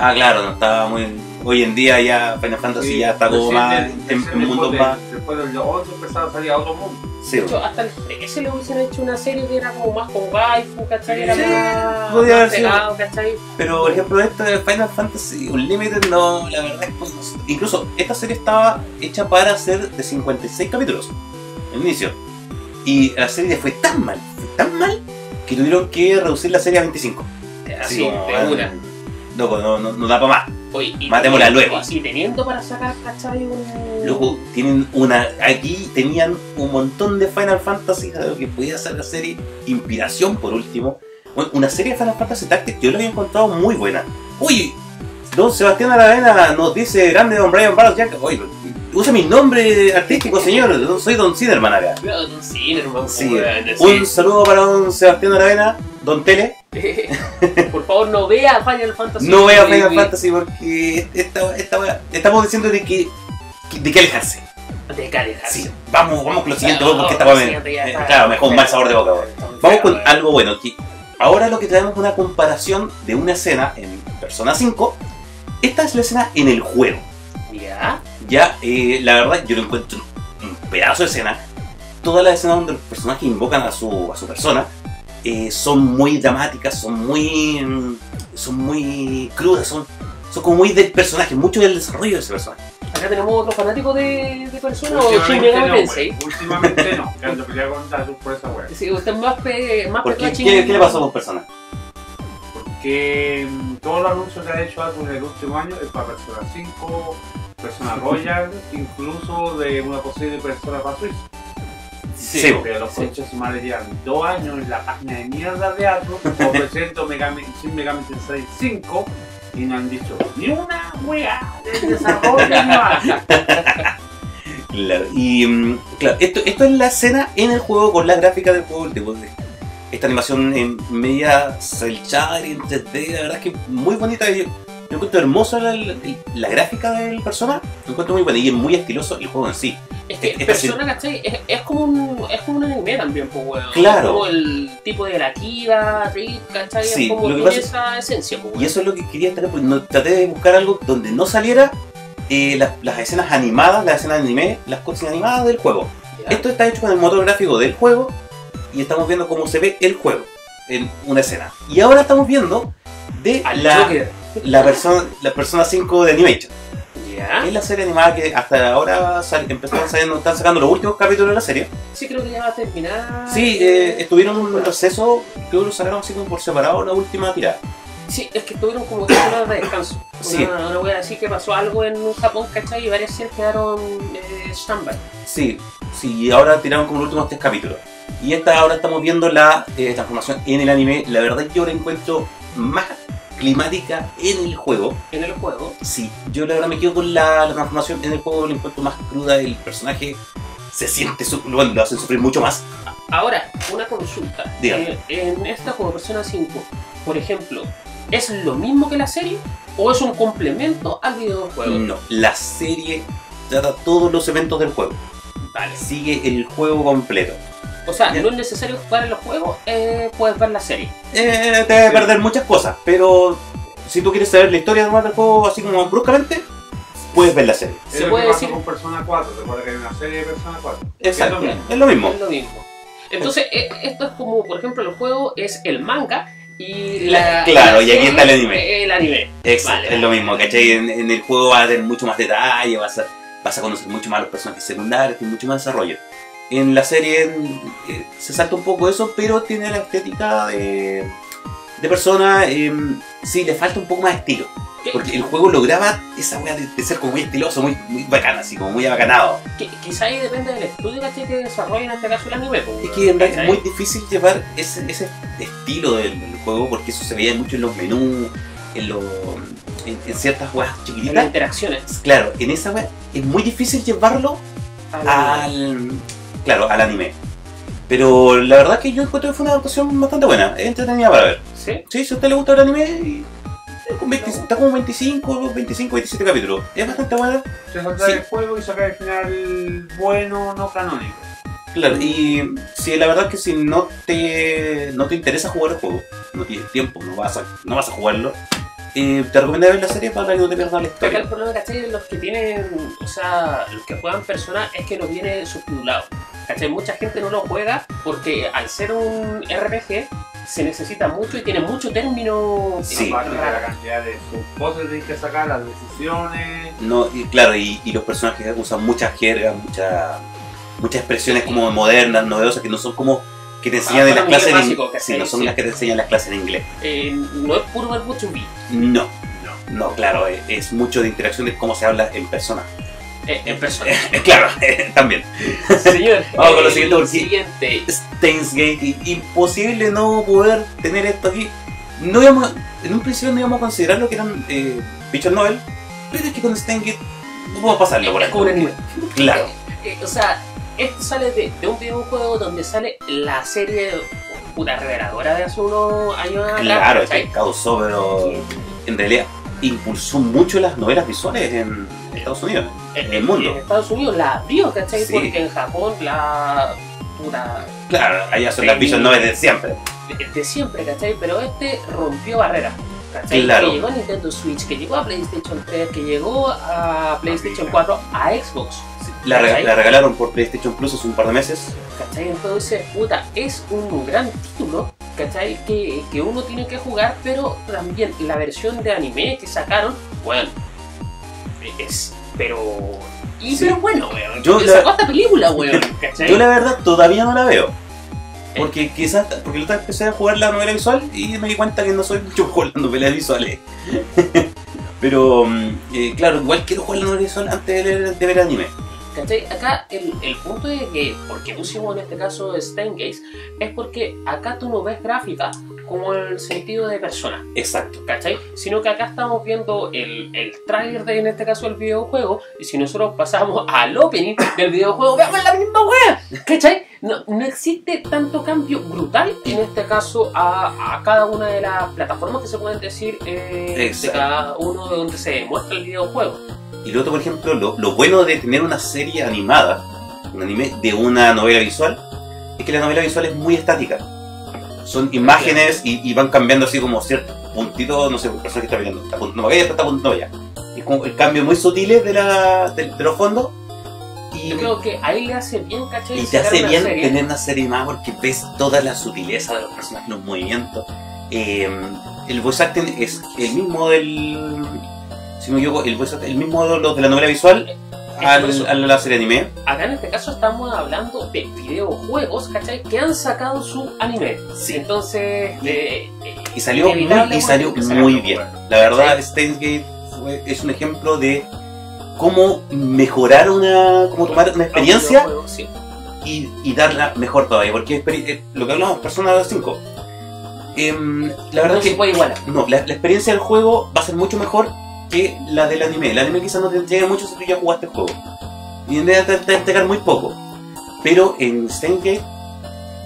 [SPEAKER 1] Ah, claro, no estaba muy. Hoy en día ya Final Fantasy ya está como
[SPEAKER 3] Recién
[SPEAKER 1] más
[SPEAKER 3] del-
[SPEAKER 1] en
[SPEAKER 3] recién
[SPEAKER 1] un mundo
[SPEAKER 3] después
[SPEAKER 1] más.
[SPEAKER 3] del- Después del 11 empezaron a salir a otro mundo.
[SPEAKER 1] Sí,
[SPEAKER 2] De hecho, hasta el 13 le hubiesen hecho una serie que era como más con waifu, ¿cachai? Era
[SPEAKER 1] Sí,
[SPEAKER 2] más,
[SPEAKER 1] podía haber
[SPEAKER 2] más
[SPEAKER 1] sido.
[SPEAKER 2] pegado, ¿cachai?
[SPEAKER 1] Pero por ejemplo este de Final Fantasy Unlimited no, la verdad es que no- incluso esta serie estaba hecha para ser de 56 capítulos al inicio. Y la serie fue tan mal, fue tan mal que tuvieron que reducir la serie a 25.
[SPEAKER 2] Así,
[SPEAKER 1] como,
[SPEAKER 2] de
[SPEAKER 1] ah,
[SPEAKER 2] una.
[SPEAKER 1] Loco, no, no, no da para más.
[SPEAKER 2] Oye, y-
[SPEAKER 1] Matémosla luego.
[SPEAKER 2] Y, y teniendo para sacar, ¿cachai? Un...
[SPEAKER 1] Loco, tienen una. Aquí tenían un montón de Final Fantasy de lo que podía ser la serie. Inspiración por último. Bueno, una serie de Final Fantasy Tactics yo la había encontrado muy buena. Uy, don Sebastián Aravena nos dice grande don Brian Barros Jack. Oye, usa mi nombre artístico, señor. Don- Soy Don Siderman acá.
[SPEAKER 2] Claro, Don Ciderman,
[SPEAKER 1] Sí,
[SPEAKER 2] weón, así.
[SPEAKER 1] Un saludo para don Sebastián Aravena, don Tele.
[SPEAKER 2] Por favor, no vea Final Fantasy.
[SPEAKER 1] No vea
[SPEAKER 2] Baby.
[SPEAKER 1] Final Fantasy porque esta, esta- estamos diciendo de que, de que alejarse.
[SPEAKER 2] Deja de dejar.
[SPEAKER 1] Sí, vamos, vamos con lo siguiente,
[SPEAKER 2] Claro,
[SPEAKER 1] porque esta
[SPEAKER 2] lo
[SPEAKER 1] va a venir.
[SPEAKER 2] siguiente ya
[SPEAKER 1] Eh,
[SPEAKER 2] está.
[SPEAKER 1] Claro, mejor un mal sabor de boca. weón. Vamos con
[SPEAKER 2] Feo, weón.
[SPEAKER 1] algo bueno. que Ahora lo que traemos es una comparación de una escena en Persona 5. Esta es la escena en el juego.
[SPEAKER 2] Ya.
[SPEAKER 1] Ya, eh, la verdad, yo lo encuentro un pedazo de escena. Todas las escenas donde los personajes invocan a su, a su persona eh, son muy dramáticas, son muy. mm, son muy crudas, son, son como muy del personaje, mucho del desarrollo de ese personaje.
[SPEAKER 2] Acá tenemos otro fanático de, de Persona o Shin
[SPEAKER 3] Últimamente
[SPEAKER 2] Megami
[SPEAKER 3] no.
[SPEAKER 2] Tensei.
[SPEAKER 3] güey. Últimamente no. Que ando peleando con Tatus por esa wea.
[SPEAKER 2] Sí, usted es más pe, más
[SPEAKER 1] ¿Por qué?
[SPEAKER 2] pegado a Shin
[SPEAKER 1] ¿Qué,
[SPEAKER 2] Megami.
[SPEAKER 1] qué le pasó con Persona?
[SPEAKER 3] Porque mm, todos los anuncios que ha hecho Atlus en el último año es para Persona 5, Persona Royal, incluso de una posible Persona para Switch.
[SPEAKER 1] Sí,
[SPEAKER 3] pero los
[SPEAKER 2] sí.
[SPEAKER 3] conchas madre llevan dos años en la página de mierda de Atlus, ofreciendo Megami, Shin Megami Tensei 5 y no han dicho ni una wea del desarrollo nueva.
[SPEAKER 1] Claro, y mm, claro, esto, esto es la escena en el juego con la gráfica del juego, el tipo de- esta animación en media cel shading, en 3D, la verdad es que muy bonita. Yo, yo encuentro hermosa la, la- la gráfica del personaje, lo encuentro muy buena y es muy estiloso el juego en sí.
[SPEAKER 2] Es que
[SPEAKER 1] Esta
[SPEAKER 2] Persona, ¿cachai? Es, es como un, es como un anime también, pues, weón.
[SPEAKER 1] Claro.
[SPEAKER 2] Es como el tipo de la Kira, Rick, ¿cachai?
[SPEAKER 1] Sí,
[SPEAKER 2] es como
[SPEAKER 1] lo que
[SPEAKER 2] tiene
[SPEAKER 1] pasa-
[SPEAKER 2] esa esencia, pues,
[SPEAKER 1] Y
[SPEAKER 2] weón.
[SPEAKER 1] eso es lo que quería estar, pues no, traté de buscar algo donde no saliera eh, las, las escenas animadas, las escenas anime, las cosas animadas del juego.
[SPEAKER 2] Ya.
[SPEAKER 1] Esto está hecho con el motor gráfico del juego y estamos viendo cómo se ve el juego en una escena. Y ahora estamos viendo de
[SPEAKER 2] Al
[SPEAKER 1] la,
[SPEAKER 2] Joker.
[SPEAKER 1] la, persona, la persona 5 de Animation.
[SPEAKER 2] Ya.
[SPEAKER 1] Es la serie animada que hasta ahora sal- empezaron saliendo, están sacando los últimos capítulos de la serie.
[SPEAKER 2] Sí, creo que ya va a terminar.
[SPEAKER 1] Sí, eh, estuvieron en un receso, creo que lo sacaron así como por separado la última tirada.
[SPEAKER 2] Sí, es que tuvieron como que una de descanso.
[SPEAKER 1] Sí.
[SPEAKER 2] Una, una wea así que pasó algo en Japón, ¿cachai? Y varias series quedaron eh, stand-by.
[SPEAKER 1] Sí, sí, y ahora tiraron como los últimos tres capítulos. Y esta, ahora estamos viendo la eh, transformación en el anime. La verdad yo la encuentro más climática en el juego.
[SPEAKER 2] En el juego.
[SPEAKER 1] Sí, yo la verdad me quedo con la, la transformación en el juego, la encuentro más cruda. El personaje se siente, su- lo, lo hacen sufrir mucho más.
[SPEAKER 2] Ahora, una consulta.
[SPEAKER 1] Dígame.
[SPEAKER 2] Eh, en esta como Persona 5, por ejemplo, ¿es lo mismo que la serie o es un complemento al videojuego?
[SPEAKER 1] No, la serie trata todos los eventos del juego.
[SPEAKER 2] Vale.
[SPEAKER 1] Sigue el juego completo.
[SPEAKER 2] O sea,
[SPEAKER 1] Ya.
[SPEAKER 2] no es necesario jugar en los juegos, eh, puedes ver la serie.
[SPEAKER 1] Eh, te vas a perder muchas cosas, pero si tú quieres saber la historia nomás del juego así como bruscamente, puedes ver la serie.
[SPEAKER 2] Se
[SPEAKER 3] Es lo
[SPEAKER 2] puede
[SPEAKER 3] que pasa
[SPEAKER 2] decir-
[SPEAKER 3] con Persona 4, recuerda que hay una serie de Persona 4.
[SPEAKER 1] Exacto,
[SPEAKER 3] Es lo mismo.
[SPEAKER 1] es lo mismo.
[SPEAKER 2] Es lo mismo. Entonces, e- esto es como, por ejemplo, el juego es el manga y la.
[SPEAKER 1] Claro,
[SPEAKER 2] la
[SPEAKER 1] y aquí
[SPEAKER 2] serie
[SPEAKER 1] está el
[SPEAKER 2] es eh,
[SPEAKER 1] anime.
[SPEAKER 2] El anime.
[SPEAKER 1] Exacto,
[SPEAKER 2] Vale.
[SPEAKER 1] es lo mismo, ¿cachai? En, en el juego vas a tener mucho más detalle, vas a, vas a conocer mucho más a los personajes secundarios, tiene mucho más desarrollo. En la serie eh, se salta un poco eso, pero tiene la estética de, de persona, eh, sí, le falta un poco más de estilo.
[SPEAKER 2] Que-
[SPEAKER 1] Porque el juego lograba esa weá de, de ser como muy estiloso, muy, muy bacán, así como muy abacanado.
[SPEAKER 2] que- quizá ahí depende del estudio ¿cachai? que desarrolla en este caso el anime. pues,
[SPEAKER 1] Es que en realidad
[SPEAKER 2] ¿cachai?
[SPEAKER 1] es muy difícil llevar ese, ese estilo del, del juego, porque eso se veía mucho en los menús, en, los, en, en ciertas weas
[SPEAKER 2] En las
[SPEAKER 1] chiquititas.
[SPEAKER 2] interacciones.
[SPEAKER 1] Pues Claro, en esa wea es muy difícil llevarlo Ah. al. Claro, al anime. Pero la verdad que yo encuentro que fue una adaptación bastante buena, es entretenida para ver.
[SPEAKER 2] ¿Sí?
[SPEAKER 1] Sí, si a usted le gusta el anime, y- con 20 está como 25, 25, 27 capítulos. Es bastante buena.
[SPEAKER 3] Se salta
[SPEAKER 1] Sí.
[SPEAKER 3] el juego y saca el final bueno, no canónico.
[SPEAKER 1] Claro, y si la verdad que si no te, no te interesa jugar el juego, no tienes tiempo, no vas a, no vas a jugarlo, eh, te recomiendo ver la serie para que no te pierdas la
[SPEAKER 2] Pero acá el
[SPEAKER 1] historia.
[SPEAKER 2] problema, ¿cachai? Los que tienen, o sea, los que juegan personas es que lo viene subtitulado. ¿Cachai? Mucha gente no lo juega porque al ser un RPG se necesita mucho y tiene mucho término.
[SPEAKER 1] Sí.
[SPEAKER 3] Aparte de la cantidad de cosas que tienes que sacar, las decisiones.
[SPEAKER 1] No, y claro, y, y los personajes usan muchas jergas, muchas muchas expresiones como modernas, novedosas, que no son como que te enseñan
[SPEAKER 2] Ah,
[SPEAKER 1] en las
[SPEAKER 2] para mí
[SPEAKER 1] clases
[SPEAKER 2] es
[SPEAKER 1] en
[SPEAKER 2] básico,
[SPEAKER 1] inglés.
[SPEAKER 2] ¿cachai?
[SPEAKER 1] no son
[SPEAKER 2] Sí.
[SPEAKER 1] las que te enseñan en las clases en inglés.
[SPEAKER 2] Eh, no es puro verbo to be.
[SPEAKER 1] No, no, claro, es, es mucho de interacción de cómo se habla en persona.
[SPEAKER 2] Eh, en persona.
[SPEAKER 1] claro, eh, también.
[SPEAKER 2] Señor,
[SPEAKER 1] Vamos con lo
[SPEAKER 2] el
[SPEAKER 1] siguiente, porque-
[SPEAKER 2] siguiente.
[SPEAKER 1] Steins Gate, i- imposible no poder tener esto aquí. No íbamos, en un principio no íbamos a considerar lo que eran eh, Visual Novel, pero es que con Steins Gate no podemos pasarlo por
[SPEAKER 2] Es como un
[SPEAKER 1] aquí.
[SPEAKER 2] anime.
[SPEAKER 1] Claro,
[SPEAKER 2] Eh, o sea, esto sale de, de un videojuego donde sale la serie puta reveladora de hace unos años atrás.
[SPEAKER 1] claro, es
[SPEAKER 2] ¿cachai?
[SPEAKER 1] que causó, pero en realidad impulsó mucho las novelas visuales en Estados Unidos.
[SPEAKER 2] en
[SPEAKER 1] el mundo.
[SPEAKER 2] En Estados Unidos la abrió, ¿cachai?
[SPEAKER 1] Sí.
[SPEAKER 2] Porque en Japón la puta
[SPEAKER 1] Claro, allá son las
[SPEAKER 2] Sí.
[SPEAKER 1] Visual Novel de siempre.
[SPEAKER 2] de, de siempre, ¿cachai? Pero este rompió barreras. ¿Cachai?
[SPEAKER 1] Claro.
[SPEAKER 2] Que llegó a Nintendo Switch, que llegó a PlayStation 3, que llegó a PlayStation 4, a Xbox.
[SPEAKER 1] La, rega-
[SPEAKER 2] ¿cachai?
[SPEAKER 1] la regalaron por PlayStation Plus hace un par de meses.
[SPEAKER 2] ¿Cachai? Entonces, puta, es un gran título, ¿cachai? Que, que uno tiene que jugar, pero también la versión de anime que sacaron, bueno, es, pero... Y
[SPEAKER 1] Sí.
[SPEAKER 2] pero bueno, weón.
[SPEAKER 1] Yo
[SPEAKER 2] que
[SPEAKER 1] la-
[SPEAKER 2] sacó esta película, weón, ¿cachai?
[SPEAKER 1] Yo la verdad todavía no la veo. Porque quizás, porque la otra vez empecé a jugar la novela visual y me di cuenta que no soy mucho para jugar las novelas visuales. Pero, mm, eh, claro, igual quiero jugar la novela visual antes de, leer- de ver anime.
[SPEAKER 2] ¿Cachai? Acá el, el punto de que, porque pusimos en este caso Steingates, es porque acá tú no ves gráfica como el sentido de persona.
[SPEAKER 1] Exacto.
[SPEAKER 2] ¿cachai? Sino que acá estamos viendo el, el trailer de, en este caso, el videojuego, y si nosotros pasamos al opening del videojuego, veamos la misma wea, ¿cachai? No, no existe tanto cambio brutal, en este caso, a, a cada una de las plataformas que se pueden decir eh, de
[SPEAKER 1] Exacto.
[SPEAKER 2] cada uno de donde se muestra el videojuego.
[SPEAKER 1] Y lo otro, por ejemplo, lo, lo bueno de tener una serie animada, un anime de una novela visual, es que la novela visual es muy estática. Son imágenes y, y van cambiando así como ciertos puntitos, no sé, el personaje está mirando, está apuntando para allá, está apuntando para allá. Es como el cambio muy sutil de, la, de, de los fondos. Y,
[SPEAKER 2] Yo creo que ahí le hace bien, ¿cachai?
[SPEAKER 1] y te hace
[SPEAKER 2] sacar una
[SPEAKER 1] bien
[SPEAKER 2] serie.
[SPEAKER 1] tener una serie más porque ves toda la sutileza de los personajes, los movimientos. Eh, el voice acting es el mismo del. Si no me equivoco, el voice acting- el mismo de los de la novela visual
[SPEAKER 2] por eso.
[SPEAKER 1] al, a la serie anime.
[SPEAKER 2] Acá en este caso estamos hablando de videojuegos, ¿cachai? Que han sacado su anime.
[SPEAKER 1] Sí.
[SPEAKER 2] Entonces, eh, eh,
[SPEAKER 1] Y salió muy,
[SPEAKER 2] inevitable,
[SPEAKER 1] y
[SPEAKER 2] bueno,
[SPEAKER 1] salió
[SPEAKER 2] que sacaron
[SPEAKER 1] muy
[SPEAKER 2] un
[SPEAKER 1] bien.
[SPEAKER 2] juego.
[SPEAKER 1] La verdad, Steins Gate fue- es un ejemplo de cómo mejorar una. cómo tomar una
[SPEAKER 2] Un
[SPEAKER 1] experiencia
[SPEAKER 2] videojuego, sí.
[SPEAKER 1] y, y darla mejor todavía, porque es peri- eh, lo que hablamos, Persona 5. Em, la verdad
[SPEAKER 2] no
[SPEAKER 1] es que
[SPEAKER 2] se puede igualar.
[SPEAKER 1] no, la, la experiencia del juego va a ser mucho mejor que la del anime. El anime quizás no te entregue mucho si tú ya jugaste el juego. Y en realidad te te va a entregar muy poco. Pero en Steingate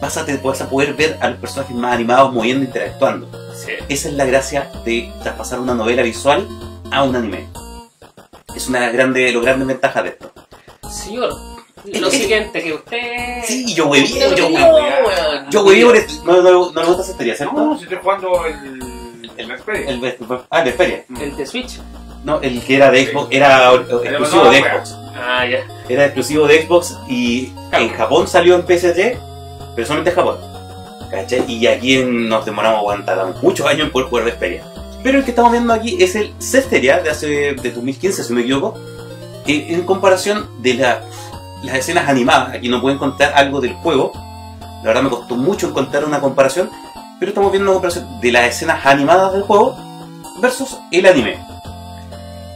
[SPEAKER 1] vas a, te- vas a poder ver a los personajes más animados moviendo, interactuando.
[SPEAKER 2] Sí.
[SPEAKER 1] Esa es la gracia de traspasar una novela visual a un anime. Es una de las grandes, los grandes ventajas de esto.
[SPEAKER 2] Señor, lo siguiente que usted.
[SPEAKER 1] Sí, yo huevío, yo
[SPEAKER 2] No,
[SPEAKER 1] huevío.
[SPEAKER 2] weón.
[SPEAKER 1] Yo huevío por el- no, no, no le gusta esa teoría, ¿cierto?
[SPEAKER 3] No, si estoy jugando el.
[SPEAKER 1] El-
[SPEAKER 3] el Xperia.
[SPEAKER 1] El, ah, el de Feria.
[SPEAKER 2] El de Switch.
[SPEAKER 1] No, el que era de Xbox, era or- or-
[SPEAKER 3] Pero
[SPEAKER 1] exclusivo
[SPEAKER 3] no,
[SPEAKER 1] de
[SPEAKER 3] wea.
[SPEAKER 1] Xbox.
[SPEAKER 2] Ah, ya.
[SPEAKER 1] era exclusivo de Xbox y en Japón salió en PST, pero solamente en Japón. ¿Cachai? Y aquí en- nos demoramos aguantar muchos años en poder jugar Vesperia. Pero el que estamos viendo aquí es el Cesteria de hace de 2015, si no me equivoco, en, en comparación de la- las escenas animadas. Aquí no pueden contar algo del juego. La verdad me costó mucho encontrar una comparación, pero estamos viendo una comparación de las escenas animadas del juego versus el anime.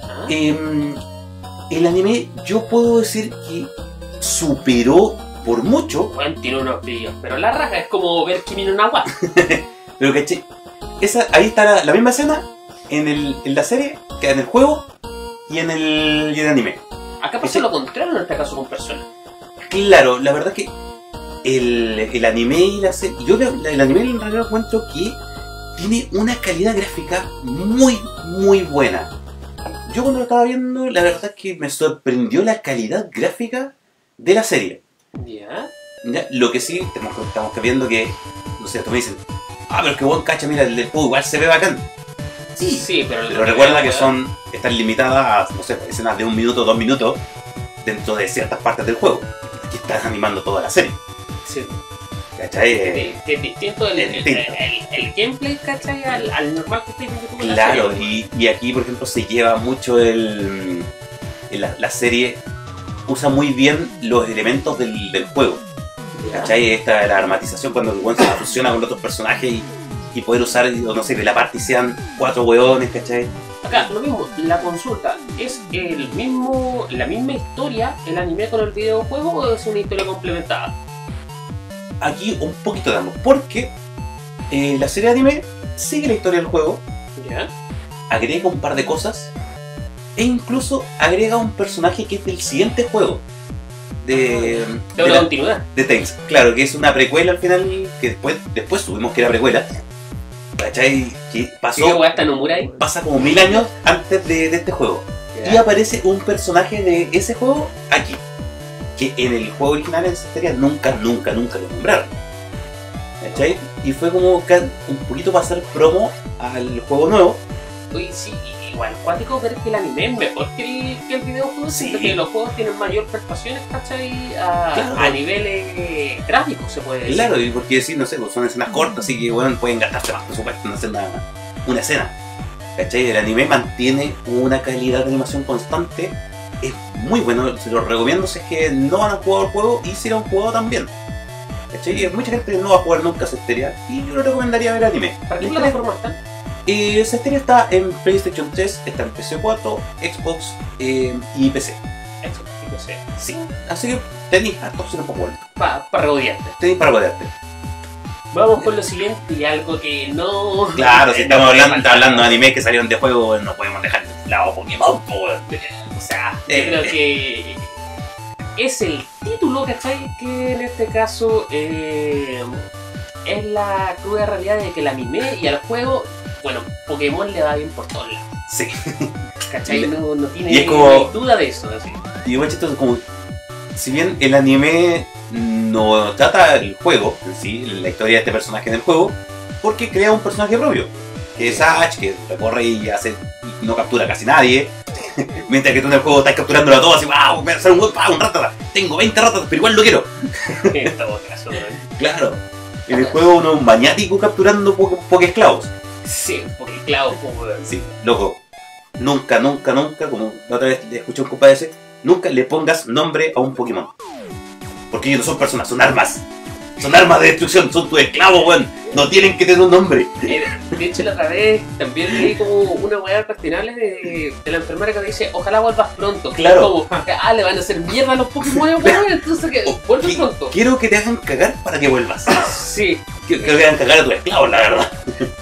[SPEAKER 2] Ah.
[SPEAKER 1] Em, el anime, yo puedo decir que superó por mucho,
[SPEAKER 2] Bueno, tiene unos pillos, pero la raja es como ver Kimi no Nawa.
[SPEAKER 1] pero caché. Esa, ahí está la, la misma escena en, el, en la serie, que en el juego y en el, y en el anime.
[SPEAKER 2] Acá pasó lo contrario en este caso con Persona.
[SPEAKER 1] Claro, la verdad es que el, el anime y la serie. Yo la- la- el anime en realidad encuentro que tiene una calidad gráfica muy, muy buena. Yo cuando lo estaba viendo, la verdad es que me sorprendió la calidad gráfica de la serie.
[SPEAKER 2] Ya.
[SPEAKER 1] Ya, Lo que sí, estamos, estamos que viendo que, no sé, tú me dicen, ah, pero es que vos cacha, mira, el del PUBG igual se ve bacán. Sí,
[SPEAKER 2] Sí, pero. el-
[SPEAKER 1] pero recuerda que son, están limitadas a, no sé, escenas de un minuto, dos minutos, dentro de ciertas partes del juego. Aquí estás animando toda la serie,
[SPEAKER 2] Sí,
[SPEAKER 1] ¿cachai? Eh,
[SPEAKER 2] que, que es distinto el,
[SPEAKER 1] Es
[SPEAKER 2] el-
[SPEAKER 1] distinto.
[SPEAKER 2] el- el gameplay, ¿cachai? Al, al normal que estáis viendo como en la
[SPEAKER 1] Claro,
[SPEAKER 2] serie.
[SPEAKER 1] y, y aquí, por ejemplo, se lleva mucho el... el- la, la serie usa muy bien los elementos del, del juego.
[SPEAKER 2] Ya.
[SPEAKER 1] ¿Cachai? Esta la armatización cuando el weón se fusiona con otros personajes y, y poder usar, o no sé, que la parte sean cuatro weones, ¿cachai?
[SPEAKER 2] Acá, lo mismo, la consulta, ¿es el mismo, la misma historia el anime con el videojuego o es una historia complementada?
[SPEAKER 1] Aquí un poquito de ambos, porque eh, la serie de anime sigue la historia del juego,
[SPEAKER 2] Ya.
[SPEAKER 1] agrega un par de cosas e incluso agrega un personaje que es del siguiente juego. De,
[SPEAKER 2] De
[SPEAKER 1] de
[SPEAKER 2] una
[SPEAKER 1] la-
[SPEAKER 2] continuidad.
[SPEAKER 1] de Tales. Claro, que es una precuela al final, que después, después supimos que era precuela. ¿Cachai? Que
[SPEAKER 2] Si yo
[SPEAKER 1] pasó,
[SPEAKER 2] voy hasta Nomura
[SPEAKER 1] pasa como mil años antes de- de este juego. Y
[SPEAKER 2] Ya.
[SPEAKER 1] aparece un personaje de ese juego aquí. Que en el juego original en Cesteria nunca, nunca, nunca lo nombraron. ¿Cachai? Y fue como ca- un poquito para hacer promo al juego nuevo.
[SPEAKER 2] Oye, sí, igual, cuántico ver que el anime es mejor que el, que el videojuego,
[SPEAKER 1] Sí.
[SPEAKER 2] siento que los juegos tienen mayor prestaciones, ¿cachai? A,
[SPEAKER 1] Claro.
[SPEAKER 2] a niveles eh, gráficos, se puede decir.
[SPEAKER 1] Claro, y porque sí, no sé, pues son escenas cortas, así que bueno, pueden gastarse más presupuesto en hacer una, una escena. ¿Cachai? El anime mantiene una calidad de animación constante. Es muy bueno, se lo recomiendo si es que no van a jugar el juego y si lo han jugado también. ¿Cachai? Hay Mucha gente que no va a jugar nunca Cesteria y yo le recomendaría ver anime.
[SPEAKER 2] ¿Para qué plataforma están?
[SPEAKER 1] Eh, Cesteria está en PlayStation 3, está en PC4, Xbox eh, y PC.
[SPEAKER 2] Eso, sí que sé.
[SPEAKER 1] Sí. Así que tenéis a todos para jugar.
[SPEAKER 2] Para pa rodearte.
[SPEAKER 1] Tenéis para guardarte.
[SPEAKER 2] Vamos con lo siguiente y algo que no.
[SPEAKER 1] Claro, si
[SPEAKER 2] no
[SPEAKER 1] estamos
[SPEAKER 2] puede
[SPEAKER 1] hablando,
[SPEAKER 2] faltar.
[SPEAKER 1] hablando de anime que salieron de juego, no podemos dejar de lado Pokémon. po, weón.
[SPEAKER 2] O sea,
[SPEAKER 1] Eh,
[SPEAKER 2] yo creo
[SPEAKER 1] eh.
[SPEAKER 2] que es el título, ¿cachai? Que en este caso eh, es la cruda realidad de que el anime y al juego, bueno, Pokémon le va bien por todos lados,
[SPEAKER 1] Sí.
[SPEAKER 2] ¿cachai?
[SPEAKER 1] Y-
[SPEAKER 2] No, no tiene
[SPEAKER 1] y es como-
[SPEAKER 2] duda de eso, así.
[SPEAKER 1] Y igual chistoso, como. Si bien el anime no trata el juego en sí, la historia de este personaje en el juego, porque crea un personaje propio. Que es Ash, que recorre y hace. y no captura casi nadie. Mientras que tú en el juego estás capturándolo a todos, así, wow, me va a hacer un buen un ratata. Tengo 20 ratas, pero igual lo quiero.
[SPEAKER 2] en todo caso, ¿no?
[SPEAKER 1] Claro. En el juego uno es un maniático capturando po- esclavos.
[SPEAKER 2] Sí, porque claro, como,
[SPEAKER 1] Sí, loco. Nunca, nunca, nunca, como la otra vez le escuché a un compadre decir, nunca le pongas nombre a un Pokémon. Porque ellos no son personas, son armas. Son armas de destrucción, son tus esclavos, weón. No tienen que tener un nombre.
[SPEAKER 2] Mira, De hecho, la otra vez también leí como una weá al Castinales de, de la enfermera que dice: Ojalá vuelvas pronto.
[SPEAKER 1] Claro.
[SPEAKER 2] Como, ah, le van a hacer mierda a los Pokémon, weón. Entonces, que
[SPEAKER 1] O-
[SPEAKER 2] vuelve muy
[SPEAKER 1] Qui-
[SPEAKER 2] pronto.
[SPEAKER 1] Quiero que te hagan cagar para que vuelvas.
[SPEAKER 2] Sí,
[SPEAKER 1] Quiero que hagan cagar a tus esclavos, la verdad.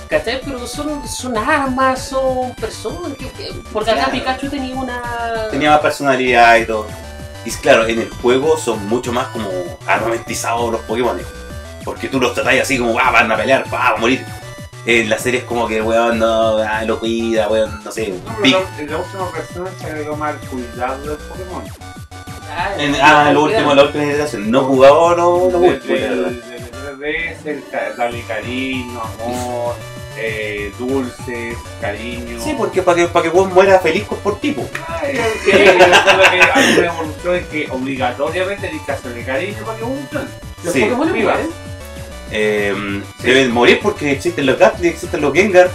[SPEAKER 2] ¿cachai? Pero son, son armas, son personas. que- que- porque acá
[SPEAKER 1] Claro.
[SPEAKER 2] Pikachu tenía una.
[SPEAKER 1] Tenía más personalidad y todo. Y claro, en el juego son mucho más como armamentizados los Pokémon. Porque tú los tratás así como, ah, van a pelear, va a morir. En la serie es como que, weón, no, ah, lo cuida, weón, no sé.
[SPEAKER 3] No,
[SPEAKER 1] Big-
[SPEAKER 3] pero la- en la última ocasión se agregó más el cuidado del Pokémon.
[SPEAKER 2] Ah,
[SPEAKER 1] en- ah, lo último, la última generación. No jugaba, oh, no, no,
[SPEAKER 3] Desde
[SPEAKER 1] puta, la verdad.
[SPEAKER 3] el- desde el 3DS, el ca- darle cariño, amor, eh, dulces, cariño.
[SPEAKER 1] Sí, porque para que, para que vos mueras feliz con- por tipo.
[SPEAKER 3] Ay, ok, eso es lo que hay una evolución es que obligatoriamente tienes que hacerle cariño para que evolucione.
[SPEAKER 2] Los
[SPEAKER 1] sí.
[SPEAKER 2] Pokémon
[SPEAKER 3] Viva.
[SPEAKER 2] mueren.
[SPEAKER 1] Eh, Deben morir porque existen los Gatling, existen los Gengar.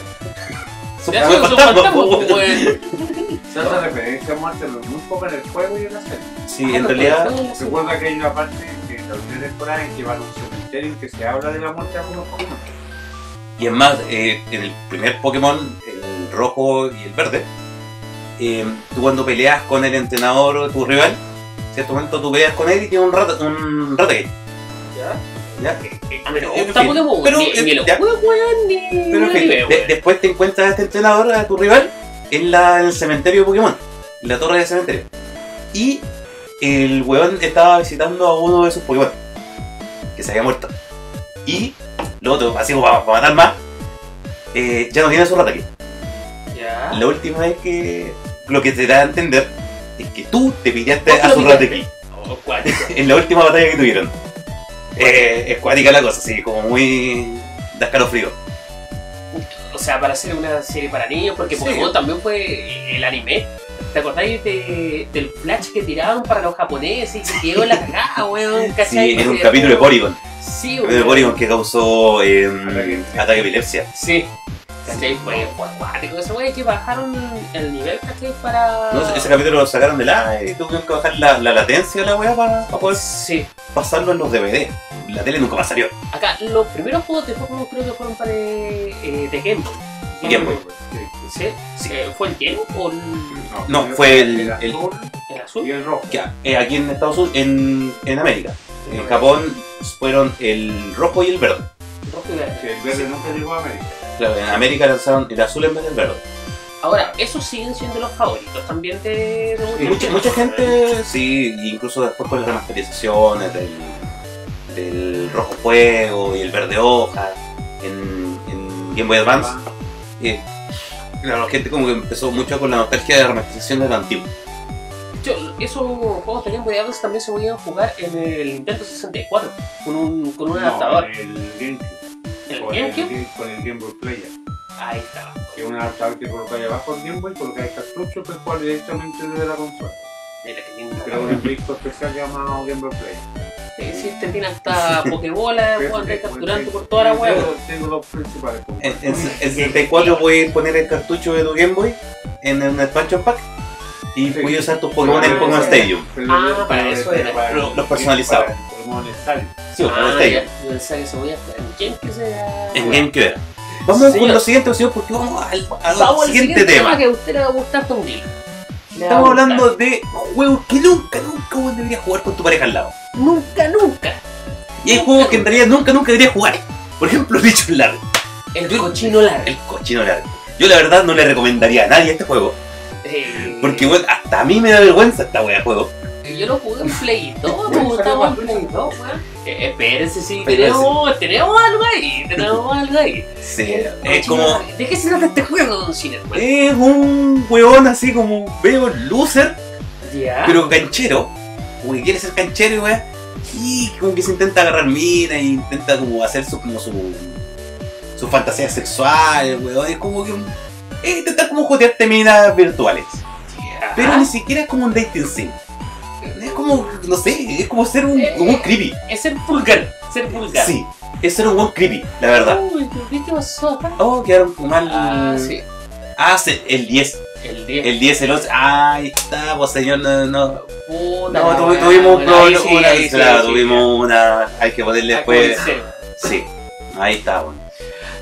[SPEAKER 1] Son
[SPEAKER 2] Ya
[SPEAKER 1] puros
[SPEAKER 2] son- son
[SPEAKER 1] fantasmas,
[SPEAKER 2] fantasmas,
[SPEAKER 1] po,
[SPEAKER 2] pues,
[SPEAKER 1] weón.
[SPEAKER 2] weón.
[SPEAKER 3] Se hace referencia a muerte, pero muy poco en el juego y en la serie.
[SPEAKER 1] Sí, en realidad.
[SPEAKER 3] Recuerda que hay una parte que en la primera temporada en que van a un cementerio en que se habla de la muerte de algunos Pokémon.
[SPEAKER 1] Y es más, eh, en el primer Pokémon, el rojo y el verde, eh, tú cuando peleas con el entrenador o tu rival, en cierto momento tú peleas con él y tiene un rata, un Raticate,
[SPEAKER 2] Ya.
[SPEAKER 1] ¿ya? Eh, eh, pero, en
[SPEAKER 2] Está
[SPEAKER 1] fin.
[SPEAKER 2] Pokémon,
[SPEAKER 1] Pero,
[SPEAKER 2] ni-
[SPEAKER 1] eh,
[SPEAKER 2] ni los
[SPEAKER 1] ya.
[SPEAKER 2] juegos, weón, ni-
[SPEAKER 1] Pero en
[SPEAKER 2] ni
[SPEAKER 1] fin,
[SPEAKER 2] veo,
[SPEAKER 1] de-
[SPEAKER 2] weón.
[SPEAKER 1] después te encuentras a este entrenador, a tu rival, en, la, en el cementerio de Pokémon, en la torre del cementerio. Y el weón estaba visitando a uno de sus Pokémon, que se había muerto. Y lo otro, así como para, matar más, eh, ya no tiene su Raticate.
[SPEAKER 2] Ya.
[SPEAKER 1] La última vez que lo que te da a entender es que tú te pillaste
[SPEAKER 2] Vos te
[SPEAKER 1] a
[SPEAKER 2] lo
[SPEAKER 1] su
[SPEAKER 2] pillaste.
[SPEAKER 1] Raticate
[SPEAKER 2] Oh, cuático.
[SPEAKER 1] en la última batalla que tuvieron. Eh, es cuática la cosa, así como muy... da escalofrío.
[SPEAKER 2] O sea, para hacer una serie para niños, porque
[SPEAKER 1] Sí.
[SPEAKER 2] Pokémon también fue el anime. ¿Te acordáis de- eh, del flash que tiraron para los japoneses y que quedó en la cagada, weón? ¿cachai?
[SPEAKER 1] Sí, en un
[SPEAKER 2] Porque-
[SPEAKER 1] capítulo de Porygon.
[SPEAKER 2] Sí,
[SPEAKER 1] El capítulo de Porygon que causó eh,
[SPEAKER 3] Ataque.
[SPEAKER 1] ataque de epilepsia.
[SPEAKER 2] Sí. ¿Cachai? Fue fue acuático ese wey que bajaron el nivel, ¿cachai? Para.
[SPEAKER 1] No, ese capítulo lo sacaron de la... y tuvieron que bajar la, la latencia de la weá para poder
[SPEAKER 2] Sí.
[SPEAKER 1] pasarlo en los DVD. La tele nunca más salió.
[SPEAKER 2] Acá, los primeros juegos de Pokémon creo que fueron para eh, eh, de Game Boy.
[SPEAKER 1] Bien, pues.
[SPEAKER 3] Sí.
[SPEAKER 2] ¿Sí?
[SPEAKER 1] Sí.
[SPEAKER 2] Eh, ¿Fue el Game o el,
[SPEAKER 1] No,
[SPEAKER 3] pero
[SPEAKER 1] fue el- el-
[SPEAKER 3] azul
[SPEAKER 2] el
[SPEAKER 3] y
[SPEAKER 2] azul?
[SPEAKER 3] el rojo.
[SPEAKER 1] Ya, eh, aquí en Estados Unidos, en, en América. En Japón fueron el rojo y el verde.
[SPEAKER 2] Rojo y verde.
[SPEAKER 3] Que el verde nunca llegó a América.
[SPEAKER 1] Claro, en América lanzaron el azul en vez del verde.
[SPEAKER 2] Ahora, esos siguen siendo los favoritos también de, de
[SPEAKER 1] Y mucha, Eh, mucha gente, sí, incluso después con las remasterizaciones del, del rojo fuego y el verde hoja en, en Game Boy Advance. eh, claro, la gente como que empezó mucho con la nostalgia de la remasterización de la antigua.
[SPEAKER 2] Yo, esos juegos de Game Boy Advance también se podían jugar en el Nintendo 64 con un, con un
[SPEAKER 3] No, eh,
[SPEAKER 2] adaptador.
[SPEAKER 3] el GameCube.
[SPEAKER 2] ¿En el
[SPEAKER 3] Con
[SPEAKER 2] GameCube?
[SPEAKER 3] Game- Con el Game Boy Player.
[SPEAKER 2] Ahí estaba.
[SPEAKER 3] Que es un adaptador que colocáis abajo el Game Boy, colocáis cartucho, que juega directamente desde la consola.
[SPEAKER 2] Mira que lindo.
[SPEAKER 3] Pero un disco especial llamado Game Boy Player.
[SPEAKER 2] Eh, Sí, te tiene hasta Pokébola,
[SPEAKER 3] Pero-
[SPEAKER 2] puedes andar
[SPEAKER 3] pero-
[SPEAKER 2] capturando por toda la
[SPEAKER 3] tengo-
[SPEAKER 2] web.
[SPEAKER 3] Tengo dos principales. como-
[SPEAKER 1] En, en, en 64 podías poner el cartucho de tu Game Boy en un expansion pack y
[SPEAKER 3] Sí.
[SPEAKER 1] podías usar tus Pokémon
[SPEAKER 3] Ah,
[SPEAKER 1] en Pokémon
[SPEAKER 3] sí.
[SPEAKER 1] Stadium.
[SPEAKER 3] Pero-
[SPEAKER 2] Ah,
[SPEAKER 3] pero-
[SPEAKER 2] para eso
[SPEAKER 3] pero
[SPEAKER 2] era.
[SPEAKER 3] para-
[SPEAKER 1] Los- los personalizados.
[SPEAKER 3] para el Pokémon Stadium.
[SPEAKER 1] Sí, o Pokémon
[SPEAKER 2] Ah,
[SPEAKER 1] Stadium.
[SPEAKER 2] ya. Yo pensaba que se podía jugar en GameCube. será-
[SPEAKER 1] En GameCube era. Vamos
[SPEAKER 2] Sí.
[SPEAKER 1] con lo siguiente, señor, porque vamos al, al
[SPEAKER 2] Vamos al
[SPEAKER 1] siguiente tema.
[SPEAKER 2] que a usted le va a gustar, Tom Lee. Le va a
[SPEAKER 1] Estamos
[SPEAKER 2] gustar.
[SPEAKER 1] hablando de juegos que nunca, nunca vos deberías jugar con tu pareja al lado.
[SPEAKER 2] Nunca, nunca.
[SPEAKER 1] Y hay juegos que en realidad nunca, nunca deberías jugar. Por ejemplo, Bicho Largo,
[SPEAKER 2] El cochino largo.
[SPEAKER 1] el cochino largo. Yo la verdad no le recomendaría a nadie este juego,
[SPEAKER 2] Eh,
[SPEAKER 1] porque bueno, hasta a mí me da vergüenza esta wea de juego.
[SPEAKER 2] Yo lo jugué en Play 2, me
[SPEAKER 3] Bueno,
[SPEAKER 2] gustaba en
[SPEAKER 3] salió
[SPEAKER 2] Play 2, weón. Eh, espérense, sí,
[SPEAKER 1] Pero
[SPEAKER 2] tenemos, tenemos algo ahí, tenemos algo ahí.
[SPEAKER 1] Sí,
[SPEAKER 2] El
[SPEAKER 1] es
[SPEAKER 2] cochino
[SPEAKER 1] eh, como. Eh,
[SPEAKER 2] largo. ¿De qué se trata este juego, Don Cine, weón?
[SPEAKER 1] Es un huevón así como veo loser,
[SPEAKER 2] Ya.
[SPEAKER 1] pero canchero. Como que quiere ser canchero y wea. Y como que se intenta agarrar mina y intenta como hacer su como su. su fantasía sexual, weón. Es como que. un- Es intentar como jotearte minas virtuales.
[SPEAKER 2] Ya.
[SPEAKER 1] Pero ni siquiera es como un dating sim. Es como, no sé, es como ser un,
[SPEAKER 2] Eh,
[SPEAKER 1] un creepy.
[SPEAKER 2] Es ser vulgar, ser vulgar.
[SPEAKER 1] Sí, Ah, es ser un buen creepy, la verdad.
[SPEAKER 2] Uy, ¿tú viste pasó acá?
[SPEAKER 1] Oh, quedaron como mal.
[SPEAKER 2] Ah, sí,
[SPEAKER 1] Ah, se- el 10.
[SPEAKER 2] el 10.
[SPEAKER 1] El 10, el 11. Ah, ahí está, pues señor, no. No,
[SPEAKER 2] Puta,
[SPEAKER 1] no
[SPEAKER 2] la
[SPEAKER 1] tuvi-
[SPEAKER 2] weá,
[SPEAKER 1] tuvimos un
[SPEAKER 2] weón, ahí
[SPEAKER 1] problema.
[SPEAKER 2] sí,
[SPEAKER 1] una-
[SPEAKER 2] ahí sí,
[SPEAKER 1] claro,
[SPEAKER 2] ahí sí.
[SPEAKER 1] tuvimos una. Hay que ponerle
[SPEAKER 2] Acá
[SPEAKER 1] después.
[SPEAKER 2] con el cero.
[SPEAKER 1] Sí, ahí está, bueno.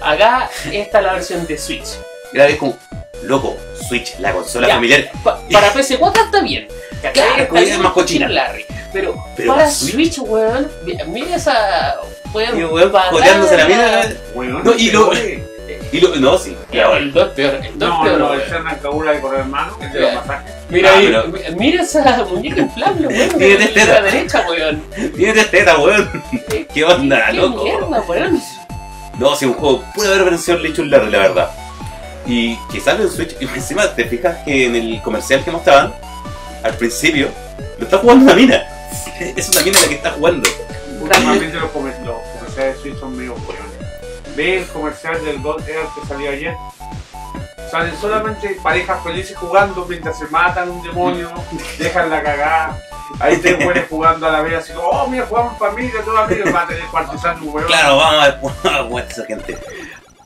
[SPEAKER 2] Acá está la versión de Switch.
[SPEAKER 1] Era es como, loco, Switch, la consola
[SPEAKER 2] Ya.
[SPEAKER 1] familiar.
[SPEAKER 2] Pa- para PS4 está bien. ¿Cachai?
[SPEAKER 1] Claro,
[SPEAKER 2] Está
[SPEAKER 1] como
[SPEAKER 2] bien
[SPEAKER 1] dicen, más cochina.
[SPEAKER 2] cochino Larry. Pero,
[SPEAKER 1] Pero
[SPEAKER 2] para
[SPEAKER 1] la
[SPEAKER 2] Switch, weón, mi- mira esa. Weón,
[SPEAKER 1] Y weón,
[SPEAKER 2] patada
[SPEAKER 1] joteándose la
[SPEAKER 2] de
[SPEAKER 1] mina.
[SPEAKER 3] Weón,
[SPEAKER 1] No, y lo-
[SPEAKER 3] oye,
[SPEAKER 1] Y lo, no, sí.
[SPEAKER 2] Ya, el 2 peor, el 2
[SPEAKER 3] No,
[SPEAKER 2] peor.
[SPEAKER 3] no, el
[SPEAKER 2] weón.
[SPEAKER 3] Hernán Cabula de Correr Hermano, el de los masajes.
[SPEAKER 2] Mira
[SPEAKER 1] Ah,
[SPEAKER 2] ahí,
[SPEAKER 1] pero- este
[SPEAKER 2] mi- mira esa muñeca inflable, weón.
[SPEAKER 1] Tiene
[SPEAKER 2] de la
[SPEAKER 1] testera.
[SPEAKER 2] derecha, weón.
[SPEAKER 1] Tiene tres tetas, weón. ¿Qué onda,
[SPEAKER 2] Qué
[SPEAKER 1] loco?
[SPEAKER 2] mierda, weón.
[SPEAKER 1] No, sí, un juego puede haber versión Lechu Larry, la verdad. Y que sale en Switch, y encima te fijas que en el comercial que mostraban, al principio, lo está jugando una mina. Es una mina la que está jugando.
[SPEAKER 3] Últimamente los, comer- los comerciales de Switch son medio weones. Ve el comercial del God Air que salió ayer. Salen solamente parejas felices jugando mientras se matan un demonio, dejan la cagada. Ahí te mueres jugando a la vez, así como, oh, mira, jugamos en familia, todo amigos, va a tener partizan un huevo.
[SPEAKER 1] Claro, vamos a jugar a esa gente.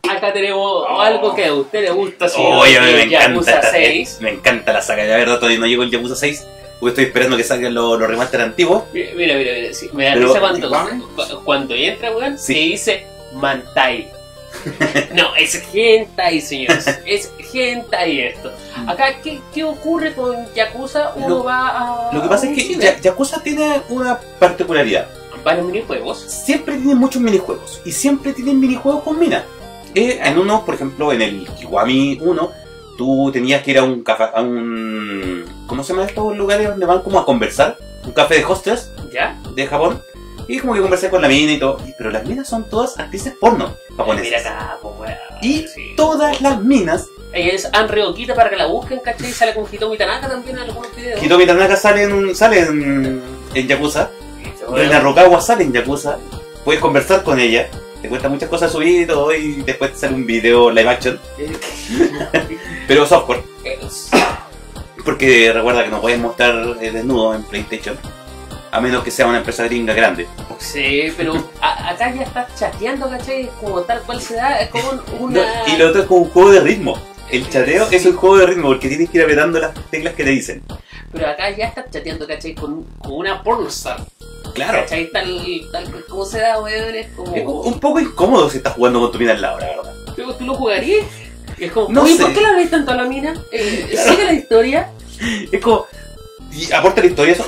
[SPEAKER 2] Acá tenemos
[SPEAKER 3] Oh.
[SPEAKER 2] algo que a usted le gusta, si
[SPEAKER 1] Oye, a mí me
[SPEAKER 2] Yakuza
[SPEAKER 1] encanta. esta- eh,
[SPEAKER 2] 6.
[SPEAKER 1] Me encanta la saga. La verdad, todavía no llego el Yakuza 6. Porque estoy esperando que salgan los, los remaster antiguos.
[SPEAKER 2] Mira, mira, mira, sí, me da
[SPEAKER 1] Pero-
[SPEAKER 2] risa cuando,
[SPEAKER 3] ¿Juan?
[SPEAKER 2] cu- cuando entra, weón,
[SPEAKER 1] Sí.
[SPEAKER 2] se dice Mantai. No, es hentai, señores. Es hentai esto. Acá, ¿qué, qué ocurre con Yakuza? Uno
[SPEAKER 1] Mm. Lo-
[SPEAKER 2] va a.
[SPEAKER 1] Lo que pasa es
[SPEAKER 2] un
[SPEAKER 1] que
[SPEAKER 2] ciber.
[SPEAKER 1] Ya- Yakuza tiene una particularidad.
[SPEAKER 2] Van a venir juegos.
[SPEAKER 1] siempre tienen muchos minijuegos y siempre tienen minijuegos con mina. Eh, en uno, por ejemplo, en el Kiwami 1, tú tenías que ir a un café, a un... ¿Cómo se llaman estos lugares donde van como a conversar? Un café de hostels
[SPEAKER 2] ¿Ya?
[SPEAKER 1] de Japón y como que conversar con la mina y todo. Y- Pero las minas son todas actrices porno
[SPEAKER 2] Mira
[SPEAKER 1] japonesas.
[SPEAKER 2] acá, pues, weón.
[SPEAKER 1] Y
[SPEAKER 2] Sí.
[SPEAKER 1] todas las minas,
[SPEAKER 2] Ella es Anreoquita para que la busquen, ¿cachai? Y sale con Hitomi Tanaka también en algunos videos.
[SPEAKER 1] Hitomi Tanaka sale en, sale en, en Yakuza,
[SPEAKER 2] Weón.
[SPEAKER 1] Rena Rokawa sale en Yakuza, puedes conversar con ella, te cuenta muchas cosas de su vida y todo y después te sale un video live action, pero softcore.
[SPEAKER 2] Es-
[SPEAKER 1] Porque recuerda que no puedes mostrar eh, desnudo en PlayStation, a menos que sea una empresa gringa grande.
[SPEAKER 2] Sí, pero a- acá ya estás chateando, ¿cachai? Es Como tal cual se da, es como una...
[SPEAKER 1] No, y lo otro es como un juego de ritmo. El chateo es un juego de ritmo porque tienes que ir apretando las teclas que te dicen.
[SPEAKER 2] Pero acá ya estás chateando, ¿cachai? Con, con una pornstar,
[SPEAKER 1] Claro.
[SPEAKER 2] ¿cachai? Tal, tal como se da, weón, es como...
[SPEAKER 1] Es un poco incómodo si estás jugando con tu mina al lado, la verdad.
[SPEAKER 2] ¿Tú, tú lo jugarías? Es como,
[SPEAKER 1] No
[SPEAKER 2] "Oye,
[SPEAKER 1] sé.
[SPEAKER 2] ¿por qué le habláis tanto a la mina? Eh, ¿Sigue la historia?
[SPEAKER 1] Es como. ¿Y aporta la historia eso?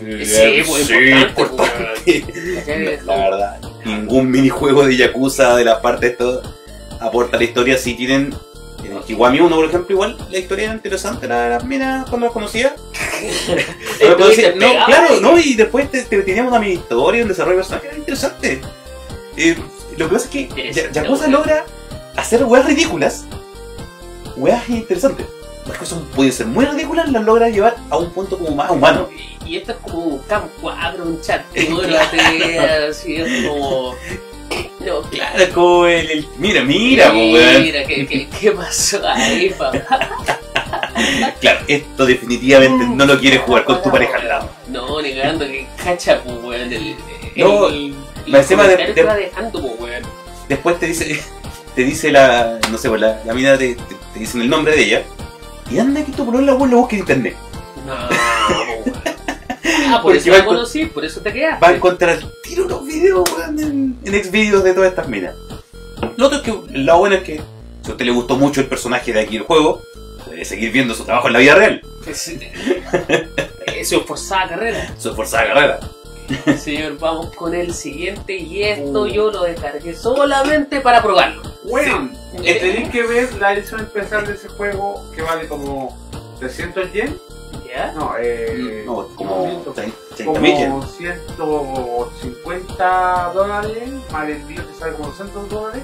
[SPEAKER 2] Sí, pues, importante, pues,
[SPEAKER 1] importante.
[SPEAKER 2] ¿Cachai? Es
[SPEAKER 1] No,
[SPEAKER 2] como-
[SPEAKER 1] la verdad, ningún minijuego de Yakuza de las partes todo aporta la historia. Si tienen en el Kiwami 1, por ejemplo, igual la historia era interesante, la de las minas cuando las conocía. Pero cuando
[SPEAKER 2] Estuviste
[SPEAKER 1] decía- no,
[SPEAKER 2] pegado,
[SPEAKER 1] claro,
[SPEAKER 2] ¿eh?
[SPEAKER 1] no, y después te, te- teníamos una mini historia, un desarrollo de personaje, era interesante. Eh, lo que pasa es que Ya-
[SPEAKER 2] Interesante,
[SPEAKER 1] Yakuza
[SPEAKER 2] weón.
[SPEAKER 1] logra hacer weas ridículas, weas interesantes. Las cosas pueden ser muy ridículas, las logra llevar a un punto como más humano.
[SPEAKER 2] Y esto es como un camp cuadro, un chat, duérate, así es como... No,
[SPEAKER 1] Claro, es como el, el- Mira, mira, po, weón.
[SPEAKER 2] Mira, ¿qué, qué, qué pasó ahí, papá?
[SPEAKER 1] Claro, esto definitivamente no lo quieres jugar con tu pareja al lado.
[SPEAKER 2] No, negando que cacha, pues, weón. El, el,
[SPEAKER 1] No,
[SPEAKER 2] el, el
[SPEAKER 1] más encima de-
[SPEAKER 2] comentario que
[SPEAKER 1] de-
[SPEAKER 2] va dejando, pues, weón.
[SPEAKER 1] Después te dice, te dice la, no sé, pues, la, la mina te, te- te dicen el nombre de ella. Y anda que tu polola vos lo busques en internet.
[SPEAKER 2] No, pues, weón. Ah, por
[SPEAKER 1] Porque
[SPEAKER 2] eso
[SPEAKER 1] va
[SPEAKER 2] la
[SPEAKER 1] con-
[SPEAKER 2] conocí, por eso te quedaste.
[SPEAKER 1] Va a encontrar al tiro los videos, weón, en, en exvideos de todas estas minas. Lo otro es que, lo bueno es que, si a usted le gustó mucho el personaje de aquí el juego, puede seguir viendo su trabajo en la vida real,
[SPEAKER 2] Es- Es su forzada carrera.
[SPEAKER 1] su esforzada carrera.
[SPEAKER 2] Señor, vamos con el siguiente. Y
[SPEAKER 1] Uh.
[SPEAKER 2] esto yo lo descargué solamente para probarlo.
[SPEAKER 3] Weón,
[SPEAKER 2] Sí.
[SPEAKER 3] tenéis Eh, que ver la edición especial de ese juego que vale como 300 yen.
[SPEAKER 2] ¿Ya?
[SPEAKER 3] No, eh.
[SPEAKER 1] No, como 30 millas.
[SPEAKER 3] como 150 dólares, más el envío que sale como 200 dólares,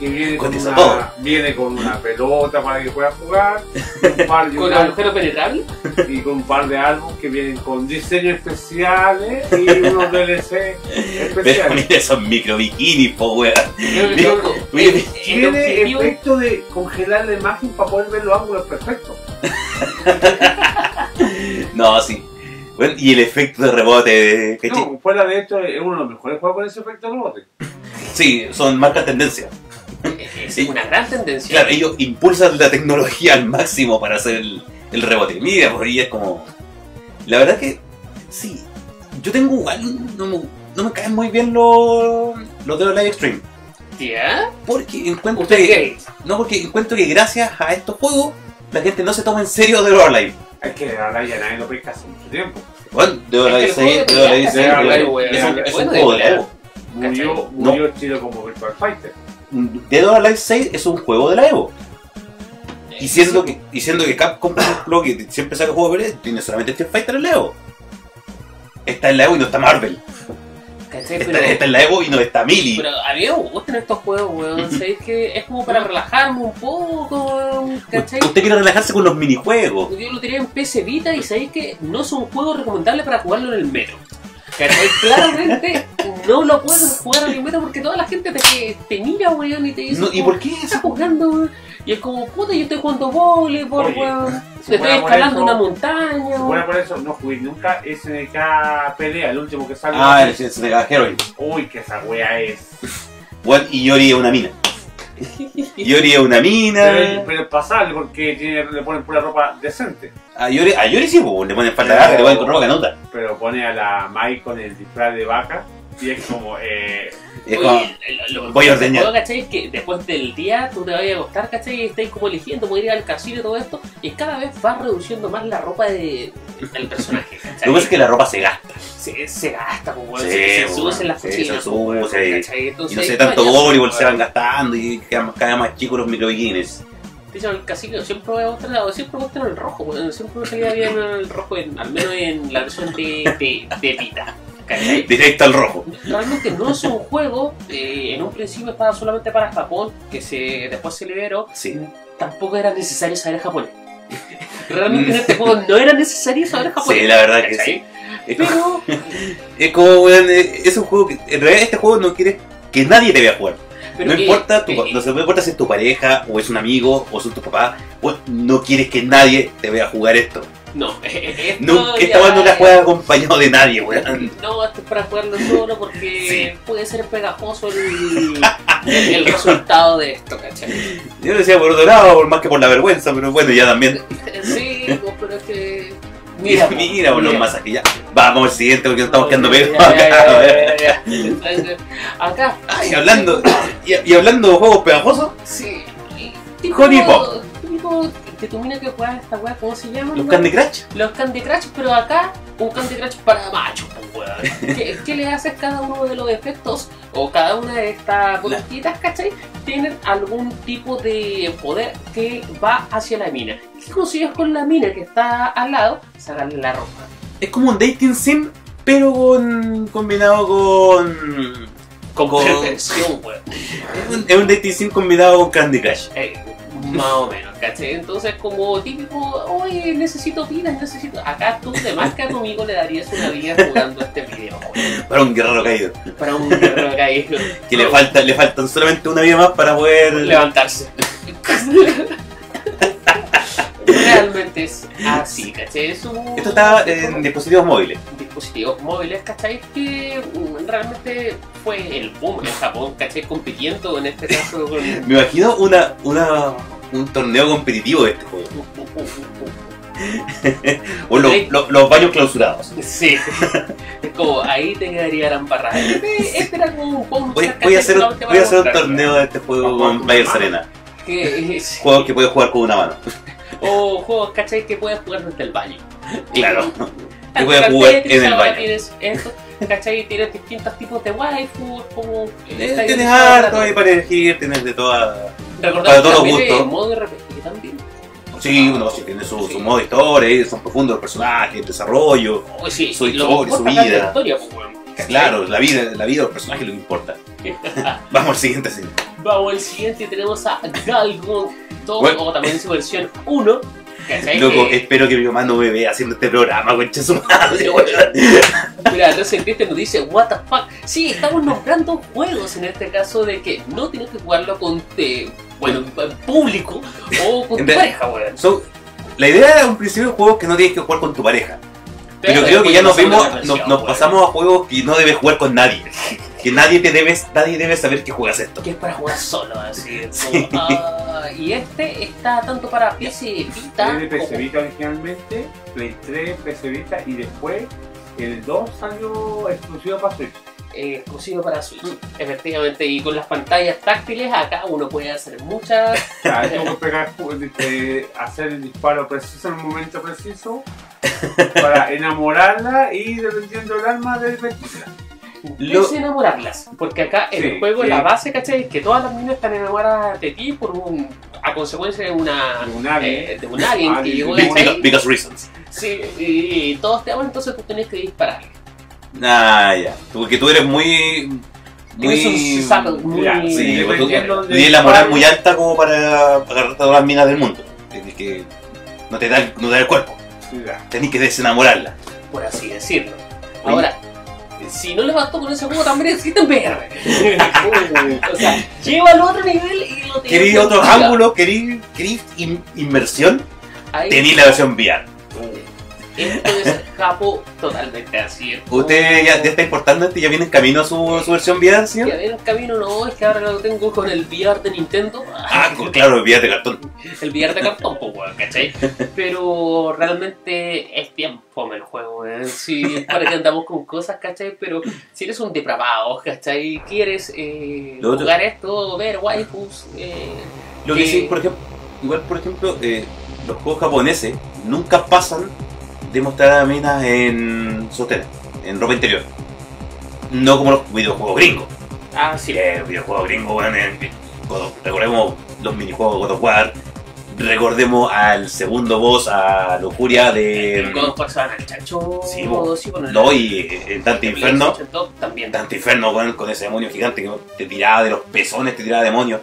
[SPEAKER 3] que viene con,
[SPEAKER 1] Cotiza
[SPEAKER 3] una,
[SPEAKER 1] todo.
[SPEAKER 3] viene con una pelota para que pueda jugar, un par de
[SPEAKER 2] ¿Con el
[SPEAKER 3] álbum-
[SPEAKER 2] agujero penetrable?
[SPEAKER 3] y con un par de álbumes que vienen con diseños especiales y unos DLC
[SPEAKER 1] Pero
[SPEAKER 3] especiales.
[SPEAKER 1] mira esos micro bikinis, po, weón.
[SPEAKER 2] Loco,
[SPEAKER 1] mira, este
[SPEAKER 2] el- el
[SPEAKER 3] Tiene
[SPEAKER 2] objetivo
[SPEAKER 3] efecto de congelar la imagen para poder ver los ángulos perfectos.
[SPEAKER 1] No, sí. Bueno, y el efecto de rebote, ¿cachai?
[SPEAKER 3] No, fuera de esto es uno de los mejores juegos con ese efecto de rebote.
[SPEAKER 1] Sí, son marcas tendencia.
[SPEAKER 2] es
[SPEAKER 1] Sí.
[SPEAKER 2] una gran tendencia.
[SPEAKER 1] Claro, ellos impulsan la tecnología al máximo para hacer el, el rebote. Mira, por ahí es como. La verdad que. Sí. Yo tengo igual. No, me- no me caen muy bien los. Los de los live stream.
[SPEAKER 2] ¿Ya?
[SPEAKER 1] Porque encuentro
[SPEAKER 2] ¿Usted
[SPEAKER 1] que.
[SPEAKER 2] qué?
[SPEAKER 1] No, porque encuentro que gracias a estos juegos. La gente no se toma en serio de los live.
[SPEAKER 3] Hay que a la nadie lo pesca hace mucho tiempo.
[SPEAKER 1] Bueno, debo le
[SPEAKER 2] Es que el
[SPEAKER 1] dice,
[SPEAKER 2] juego
[SPEAKER 1] debo le
[SPEAKER 2] de
[SPEAKER 1] dice,
[SPEAKER 3] peleas,
[SPEAKER 1] debo-
[SPEAKER 3] claro,
[SPEAKER 1] es un-
[SPEAKER 3] weón,
[SPEAKER 1] es un
[SPEAKER 2] bueno,
[SPEAKER 1] juego de
[SPEAKER 2] de
[SPEAKER 1] la E Evo.
[SPEAKER 3] Murió,
[SPEAKER 2] ¿Cachai?
[SPEAKER 3] murió Chile como Virtual Fighter.
[SPEAKER 1] Dead or Alive 6 es un juego de la E Evo. Y siendo que, y siendo que Capcom, por ejemplo, que siempre saca juegos de pelea, tiene solamente Street Fighter en la Evo. Está en la Evo y no está Marvel.
[SPEAKER 2] ¿Cachai?
[SPEAKER 1] Está,
[SPEAKER 2] Pero-
[SPEAKER 1] está en la Evo y no está Mili.
[SPEAKER 2] Pero a mí me gustan estos juegos, weón. ¿Sabéis que es como para relajarme un poco, weón? ¿Cachai?
[SPEAKER 1] Usted quiere relajarse con los minijuegos.
[SPEAKER 2] Yo lo tenía en PC Vita y sabéis que no es un juego recomendable para jugarlo en el metro. ¿Cachai? Claramente no lo pueden jugar en el metro porque toda la gente te, te mira, weón, y te dice.
[SPEAKER 1] No, ¿Y
[SPEAKER 2] "Oh,
[SPEAKER 1] por qué
[SPEAKER 2] estás
[SPEAKER 1] eso?
[SPEAKER 2] jugando, weón? Y es como, puta, yo estoy jugando voleibol,
[SPEAKER 3] Oye,
[SPEAKER 2] weón.
[SPEAKER 3] si
[SPEAKER 2] Estoy
[SPEAKER 3] fuera por
[SPEAKER 2] escalando
[SPEAKER 3] eso-
[SPEAKER 2] una montaña,
[SPEAKER 3] Bueno,
[SPEAKER 2] weón.
[SPEAKER 3] por eso no jugué nunca SNK Pelea, el último que salió.
[SPEAKER 1] Ah, el SNK Heroin.
[SPEAKER 3] Uy, que esa wea es.
[SPEAKER 1] Bueno, y Yori es una mina. Yori es una
[SPEAKER 3] Pero,
[SPEAKER 1] mina.
[SPEAKER 3] pero es pasable porque tiene- le ponen pura ropa decente.
[SPEAKER 1] A Yori, a Yori sí, pues, le ponen falta larga, le ponen con ropa canota.
[SPEAKER 3] Pero pone a la Mai con el disfraz de vaca y es como. Eh,
[SPEAKER 1] Es
[SPEAKER 2] Oye,
[SPEAKER 1] como-
[SPEAKER 2] lo- lo-
[SPEAKER 1] voy a
[SPEAKER 2] lo-
[SPEAKER 1] ordeñar.
[SPEAKER 2] lo, ¿cachai? Es que después del día tú te vas a acostar, ¿cachai? Y estás como eligiendo, puedes ir al casino y todo esto. Y cada vez vas reduciendo más la ropa de, del personaje,
[SPEAKER 1] Lo que pasa es
[SPEAKER 2] ¿cachai?
[SPEAKER 1] que la ropa se gasta.
[SPEAKER 2] se, se gasta, como
[SPEAKER 1] Sí, pues,
[SPEAKER 2] se, se
[SPEAKER 1] weón,
[SPEAKER 2] sucen las
[SPEAKER 1] sí,
[SPEAKER 2] cocinas.
[SPEAKER 1] se sube, sí.
[SPEAKER 2] ¿cachai?
[SPEAKER 1] Y
[SPEAKER 2] Entonces,
[SPEAKER 1] no sé, tanto
[SPEAKER 2] vaya,
[SPEAKER 1] voleibol se van
[SPEAKER 2] weón.
[SPEAKER 1] gastando y quedan más- cada vez más chicos los microbiquines.
[SPEAKER 2] De hecho, el casino siempre me ha gustado, siempre me gustado el rojo, weón. Siempre me salía bien el rojo, en- al menos en la versión de, de, de Vita, ¿cachai?
[SPEAKER 1] Directo al rojo.
[SPEAKER 2] Realmente no es un juego, eh, en un principio estaba solamente para Japón, que se después se liberó,
[SPEAKER 1] Sí.
[SPEAKER 2] tampoco era necesario saber japonés. Realmente en este juego no era necesario saber japonés.
[SPEAKER 1] Mm. Sí, la verdad que
[SPEAKER 2] ¿cachai?
[SPEAKER 1] sí. Es como,
[SPEAKER 2] Pero,
[SPEAKER 1] es como, weón, eh, es un juego que en realidad este juego no quiere que nadie te vea jugar.
[SPEAKER 2] pero
[SPEAKER 1] no
[SPEAKER 2] que- eh,
[SPEAKER 1] importa, tu-
[SPEAKER 2] que-
[SPEAKER 1] no se- no importa si es tu pareja o es un amigo o son tus papás, vos no quieres que nadie te vea jugar esto.
[SPEAKER 2] No, esto
[SPEAKER 1] No,
[SPEAKER 2] ya-
[SPEAKER 1] esta weá no la juega acompañado de nadie, weón.
[SPEAKER 2] No, esto es para jugarlo solo porque puede ser pegajoso el, el resultado de esto, ¿cachai?
[SPEAKER 1] Yo lo decía por otro lado, por más que por la vergüenza, pero bueno, ya también.
[SPEAKER 2] Sí, no, pero es que.
[SPEAKER 1] Mira,
[SPEAKER 2] po,
[SPEAKER 1] mira, por los
[SPEAKER 2] mira. Oh,
[SPEAKER 1] masajes, ya. Vamos al siguiente porque nos estamos quedando
[SPEAKER 2] Ya,
[SPEAKER 1] pegados
[SPEAKER 2] ya,
[SPEAKER 1] acá,
[SPEAKER 2] ya,
[SPEAKER 1] weón.
[SPEAKER 2] ya, ya, ya. Acá.
[SPEAKER 1] Ay, hablando, y, y hablando de juegos pegajosos,
[SPEAKER 2] Sí.
[SPEAKER 1] Honey Pop.
[SPEAKER 2] Tipo, que tu mina que juega esta weá, ¿cómo se llama?
[SPEAKER 1] los
[SPEAKER 2] weón?
[SPEAKER 1] Candy Crush.
[SPEAKER 2] Los Candy Crush, pero acá un Candy Crush para machos, pues, weón. ¿Qué, qué le haces cada uno de los efectos o cada una de estas botecitas, cachai? Tienen algún tipo de poder que va hacia la mina. ¿Qué consigues con la mina que está al lado? Sacarle la ropa.
[SPEAKER 1] Es como un dating sim, pero con, combinado con... Con-
[SPEAKER 2] perfección, weón.
[SPEAKER 1] Es un, es un dating sim combinado con Candy Crush.
[SPEAKER 2] Eh, más o menos, ¿cachai? Entonces, como típico, oye, necesito vidas, necesito. Acá tú de más que a tu amigo le darías una vida jugando este video, weón.
[SPEAKER 1] Para un guerrero caído.
[SPEAKER 2] Para un guerrero caído.
[SPEAKER 1] Que
[SPEAKER 2] Oh.
[SPEAKER 1] le, falta, le faltan solamente una vida más para poder...
[SPEAKER 2] levantarse. Realmente es así, ¿cachai? Es un...
[SPEAKER 1] Esto está en dispositivos móviles.
[SPEAKER 2] dispositivos móviles, ¿cachai? Que mm, realmente fue el boom en Japón, ¿cachai? Compitiendo en este caso con...
[SPEAKER 1] Me imagino una, una, un torneo competitivo de este juego. O los, los- los baños clausurados.
[SPEAKER 2] Sí, es como ahí te quedaría la embarrada. Este, este era como un juego
[SPEAKER 1] Voy,
[SPEAKER 2] ¿cachai?
[SPEAKER 1] voy a hacer,
[SPEAKER 2] La última
[SPEAKER 1] voy a hacer un
[SPEAKER 2] vez.
[SPEAKER 1] torneo de este juego con Players Arena.
[SPEAKER 2] Que es-
[SPEAKER 1] Juegos que puedes jugar con una mano.
[SPEAKER 2] O Oh, juegos, ¿cachai? Que puedes jugar desde el baño.
[SPEAKER 1] Claro.
[SPEAKER 2] Al
[SPEAKER 1] voy a
[SPEAKER 2] final
[SPEAKER 1] jugar
[SPEAKER 2] Tetris,
[SPEAKER 1] en el
[SPEAKER 2] ahora
[SPEAKER 1] baño.
[SPEAKER 2] Tienes eso, ¿cachai? Tienes distintos tipos de waifus, como... eh, está
[SPEAKER 1] Eh, Tienes
[SPEAKER 2] organizado
[SPEAKER 1] harto
[SPEAKER 2] para-
[SPEAKER 1] ahí para elegir, tienes de todas...
[SPEAKER 2] Recordar
[SPEAKER 1] para todos los
[SPEAKER 2] también
[SPEAKER 1] gustos.
[SPEAKER 2] el modo RPG también.
[SPEAKER 1] Sí, uno sí, tiene su, su modo de historia, eh, son profundos los personajes, el desarrollo.
[SPEAKER 2] Oh, sí,
[SPEAKER 1] su
[SPEAKER 2] y lo
[SPEAKER 1] historia,
[SPEAKER 2] que
[SPEAKER 1] su
[SPEAKER 2] importa acá es
[SPEAKER 1] vida.
[SPEAKER 2] la historia, pues, weón.
[SPEAKER 1] Claro, la vida, la vida de los personajes es lo que importa. Vamos al siguiente sí.
[SPEAKER 2] Vamos al siguiente, tenemos a Galgun 2,
[SPEAKER 1] Bueno.
[SPEAKER 2] o también en su versión 1. ¿cachai?
[SPEAKER 1] Loco,
[SPEAKER 2] Que-
[SPEAKER 1] espero que mi mamá no me vea haciendo este programa, concha su madre,
[SPEAKER 2] Pero,
[SPEAKER 1] weón.
[SPEAKER 2] Mira, Resident Evil nos dice, what the fuck. Sí, estamos nombrando juegos en este caso de que no tienes que jugarlo con eh, bueno, público o con
[SPEAKER 1] En
[SPEAKER 2] tu
[SPEAKER 1] vez-
[SPEAKER 2] pareja, weón.
[SPEAKER 1] So, la idea era un principio de juegos que no tienes que jugar con tu pareja. Pero creo que
[SPEAKER 2] después
[SPEAKER 1] ya nos
[SPEAKER 2] pasamos
[SPEAKER 1] vimos,
[SPEAKER 2] a la
[SPEAKER 1] nos,
[SPEAKER 2] versión,
[SPEAKER 1] nos
[SPEAKER 2] weón,
[SPEAKER 1] pasamos a juegos que no debes jugar con nadie. Que nadie te debes, nadie debe saber que juegas esto.
[SPEAKER 2] Que es para jugar solo, así. como, ah, y este está tanto para PC Vita
[SPEAKER 3] Era de
[SPEAKER 2] como-
[SPEAKER 3] PC Vita originalmente, Play 3, PC Vita y después el 2 salió exclusivo para Switch.
[SPEAKER 2] eh, exclusivo para Switch. Efectivamente, y con las pantallas táctiles acá uno puede hacer muchas.
[SPEAKER 3] O sea, tengo que pegar, eh, hacer el disparo preciso en el momento preciso para enamorarla y dependiendo del arma del vestirla.
[SPEAKER 1] Lo-
[SPEAKER 2] desenamorarlas. Porque acá en
[SPEAKER 3] Sí,
[SPEAKER 2] el juego
[SPEAKER 3] sí.
[SPEAKER 2] la base, ¿cachai? Es que todas las minas están enamoradas de ti por un, a consecuencia de una...
[SPEAKER 3] De un alien.
[SPEAKER 2] eh, de un alien que
[SPEAKER 3] Alien.
[SPEAKER 2] llegó
[SPEAKER 3] Big-
[SPEAKER 1] Because,
[SPEAKER 2] ¿cachai?
[SPEAKER 1] because reasons.
[SPEAKER 2] Sí, y, y todos te aman, entonces tú tenés que disparar.
[SPEAKER 1] Ah, ya. Tú- Porque tú eres muy.
[SPEAKER 2] Tienes un saco
[SPEAKER 1] Muy.
[SPEAKER 2] muy...
[SPEAKER 3] Ya,
[SPEAKER 1] Sí,
[SPEAKER 3] Sí,
[SPEAKER 1] pues tú
[SPEAKER 3] dependiendo donde
[SPEAKER 1] tienes la moral
[SPEAKER 3] disparen.
[SPEAKER 1] muy alta como para agarrarte a todas las minas del mundo. Tienes que. No te da el, no te da el cuerpo.
[SPEAKER 3] Ya.
[SPEAKER 1] Tenés que desenamorarla.
[SPEAKER 2] por así decirlo. Ahora, si no le bastó con ese juego, también existe en VR. o sea, lleva al otro nivel y lo tenés
[SPEAKER 1] ¿Querís
[SPEAKER 2] en
[SPEAKER 1] otros
[SPEAKER 2] cuenta.
[SPEAKER 1] ángulos? ¿Querís, querís in- inmersión?
[SPEAKER 2] Ahí
[SPEAKER 1] Tenís la versión VR.
[SPEAKER 2] Esto es escapó totalmente así. es como-
[SPEAKER 1] ¿Usted ya, ya está importando esto y ya viene en camino a su, a su versión VR,
[SPEAKER 2] Que a
[SPEAKER 1] señor?
[SPEAKER 2] ver, el camino no, es que ahora lo tengo con el VR de Nintendo.
[SPEAKER 1] Ah, con- claro, VR de cartón.
[SPEAKER 2] el billar de cartón, pues, weón, ¿cachai? Pero realmente es bien fome el juego, weón. Sí, para que andamos con cosas, ¿cachai? Pero si eres un depravado, ¿cachai? Quieres eh,
[SPEAKER 1] Lo otro-
[SPEAKER 2] jugar esto, ver waifus, eh,
[SPEAKER 1] Lo que
[SPEAKER 2] Sí.
[SPEAKER 1] sí, por ejemplo, igual por ejemplo, eh, los juegos japoneses nunca pasan de mostrar a minas en sotera, en ropa interior. No como los videojuegos gringos.
[SPEAKER 2] ah, sí,
[SPEAKER 1] Que los videojuegos gringos, weón, en- God of- recordemos los minijuegos de God of War, recordemos al segundo boss, a Lujuria de...
[SPEAKER 2] el God of War se van al chancho,
[SPEAKER 1] Eh, sí, bo.
[SPEAKER 2] sí, bueno,
[SPEAKER 1] No, y eh, en Dante
[SPEAKER 2] el
[SPEAKER 1] Inferno,
[SPEAKER 2] PlayStation 2 también.
[SPEAKER 1] Dante Inferno weón, con ese demonio gigante que te tiraba de los pezones, te tiraba demonios.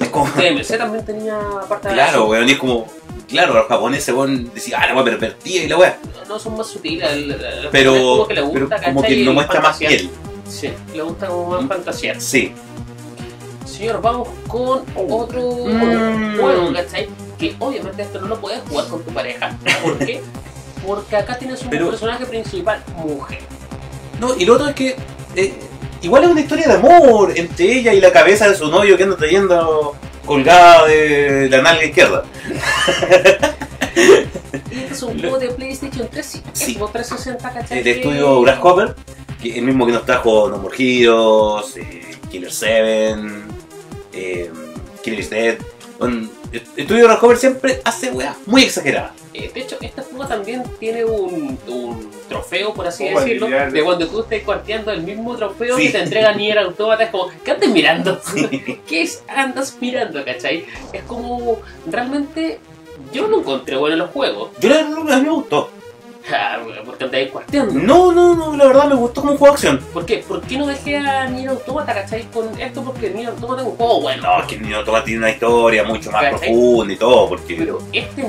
[SPEAKER 1] Es como...
[SPEAKER 2] DMC también tenía parte de
[SPEAKER 1] Claro, weón, y es como. Claro, los japoneses, weón, decían, ah, la weá pervertida y la weá.
[SPEAKER 2] No son más sutiles, el- el- el-
[SPEAKER 1] Pero.
[SPEAKER 2] es como que le
[SPEAKER 1] pero
[SPEAKER 2] gusta,
[SPEAKER 1] como
[SPEAKER 2] ¿cachai?
[SPEAKER 1] que no muestra más
[SPEAKER 2] Fantasear.
[SPEAKER 1] piel.
[SPEAKER 2] Sí, le gusta como más
[SPEAKER 1] Mm.
[SPEAKER 2] fantasear.
[SPEAKER 1] Sí.
[SPEAKER 2] Señor, vamos con otro
[SPEAKER 1] Uh. Mm.
[SPEAKER 2] juego, ¿cachai? Que obviamente esto no lo puedes jugar con tu pareja. ¿Por qué? Porque acá tienes un
[SPEAKER 1] Pero-
[SPEAKER 2] personaje principal, mujer.
[SPEAKER 1] No, y lo otro es que. eh, igual es una historia de amor entre ella y la cabeza de su novio que anda trayendo colgada de la nalga izquierda.
[SPEAKER 2] Y este es un
[SPEAKER 1] Lo-
[SPEAKER 2] juego de PlayStation 3 y
[SPEAKER 1] Sí.
[SPEAKER 2] Xbox 360, ¿cachai?
[SPEAKER 1] El
[SPEAKER 2] Que-
[SPEAKER 1] eh, estudio Grasshopper, que el mismo que nos trajo No More Heroes, eh, Killer 7, eh, Killer is Dead. Bueno, el estudio Grasshopper siempre hace weas muy exageradas.
[SPEAKER 2] Eh, de hecho, este juego también tiene un, un trofeo, por así
[SPEAKER 3] Oh,
[SPEAKER 2] decirlo,
[SPEAKER 3] olvidar.
[SPEAKER 2] de cuando tú estés cuarteando el mismo trofeo
[SPEAKER 1] Sí.
[SPEAKER 2] que te entrega Nier Automata. Es como, ¿qué andas mirando?
[SPEAKER 1] Sí.
[SPEAKER 2] ¿Qué es andas mirando, cachai? Es como, realmente, yo no encontré bueno los juegos.
[SPEAKER 1] Yo la verdad a mí me gustó.
[SPEAKER 2] Ah, porque andáis cuarteando.
[SPEAKER 1] No, no, no, la verdad me gustó como un juego de acción.
[SPEAKER 2] ¿Por qué? ¿Por qué no dejé a Nier Automata, cachai? Con esto, porque Nier Automata es un juego bueno.
[SPEAKER 1] No, es que Nino Toma tiene una historia mucho más
[SPEAKER 2] ¿Cachai?
[SPEAKER 1] profunda y todo, porque
[SPEAKER 2] Pero este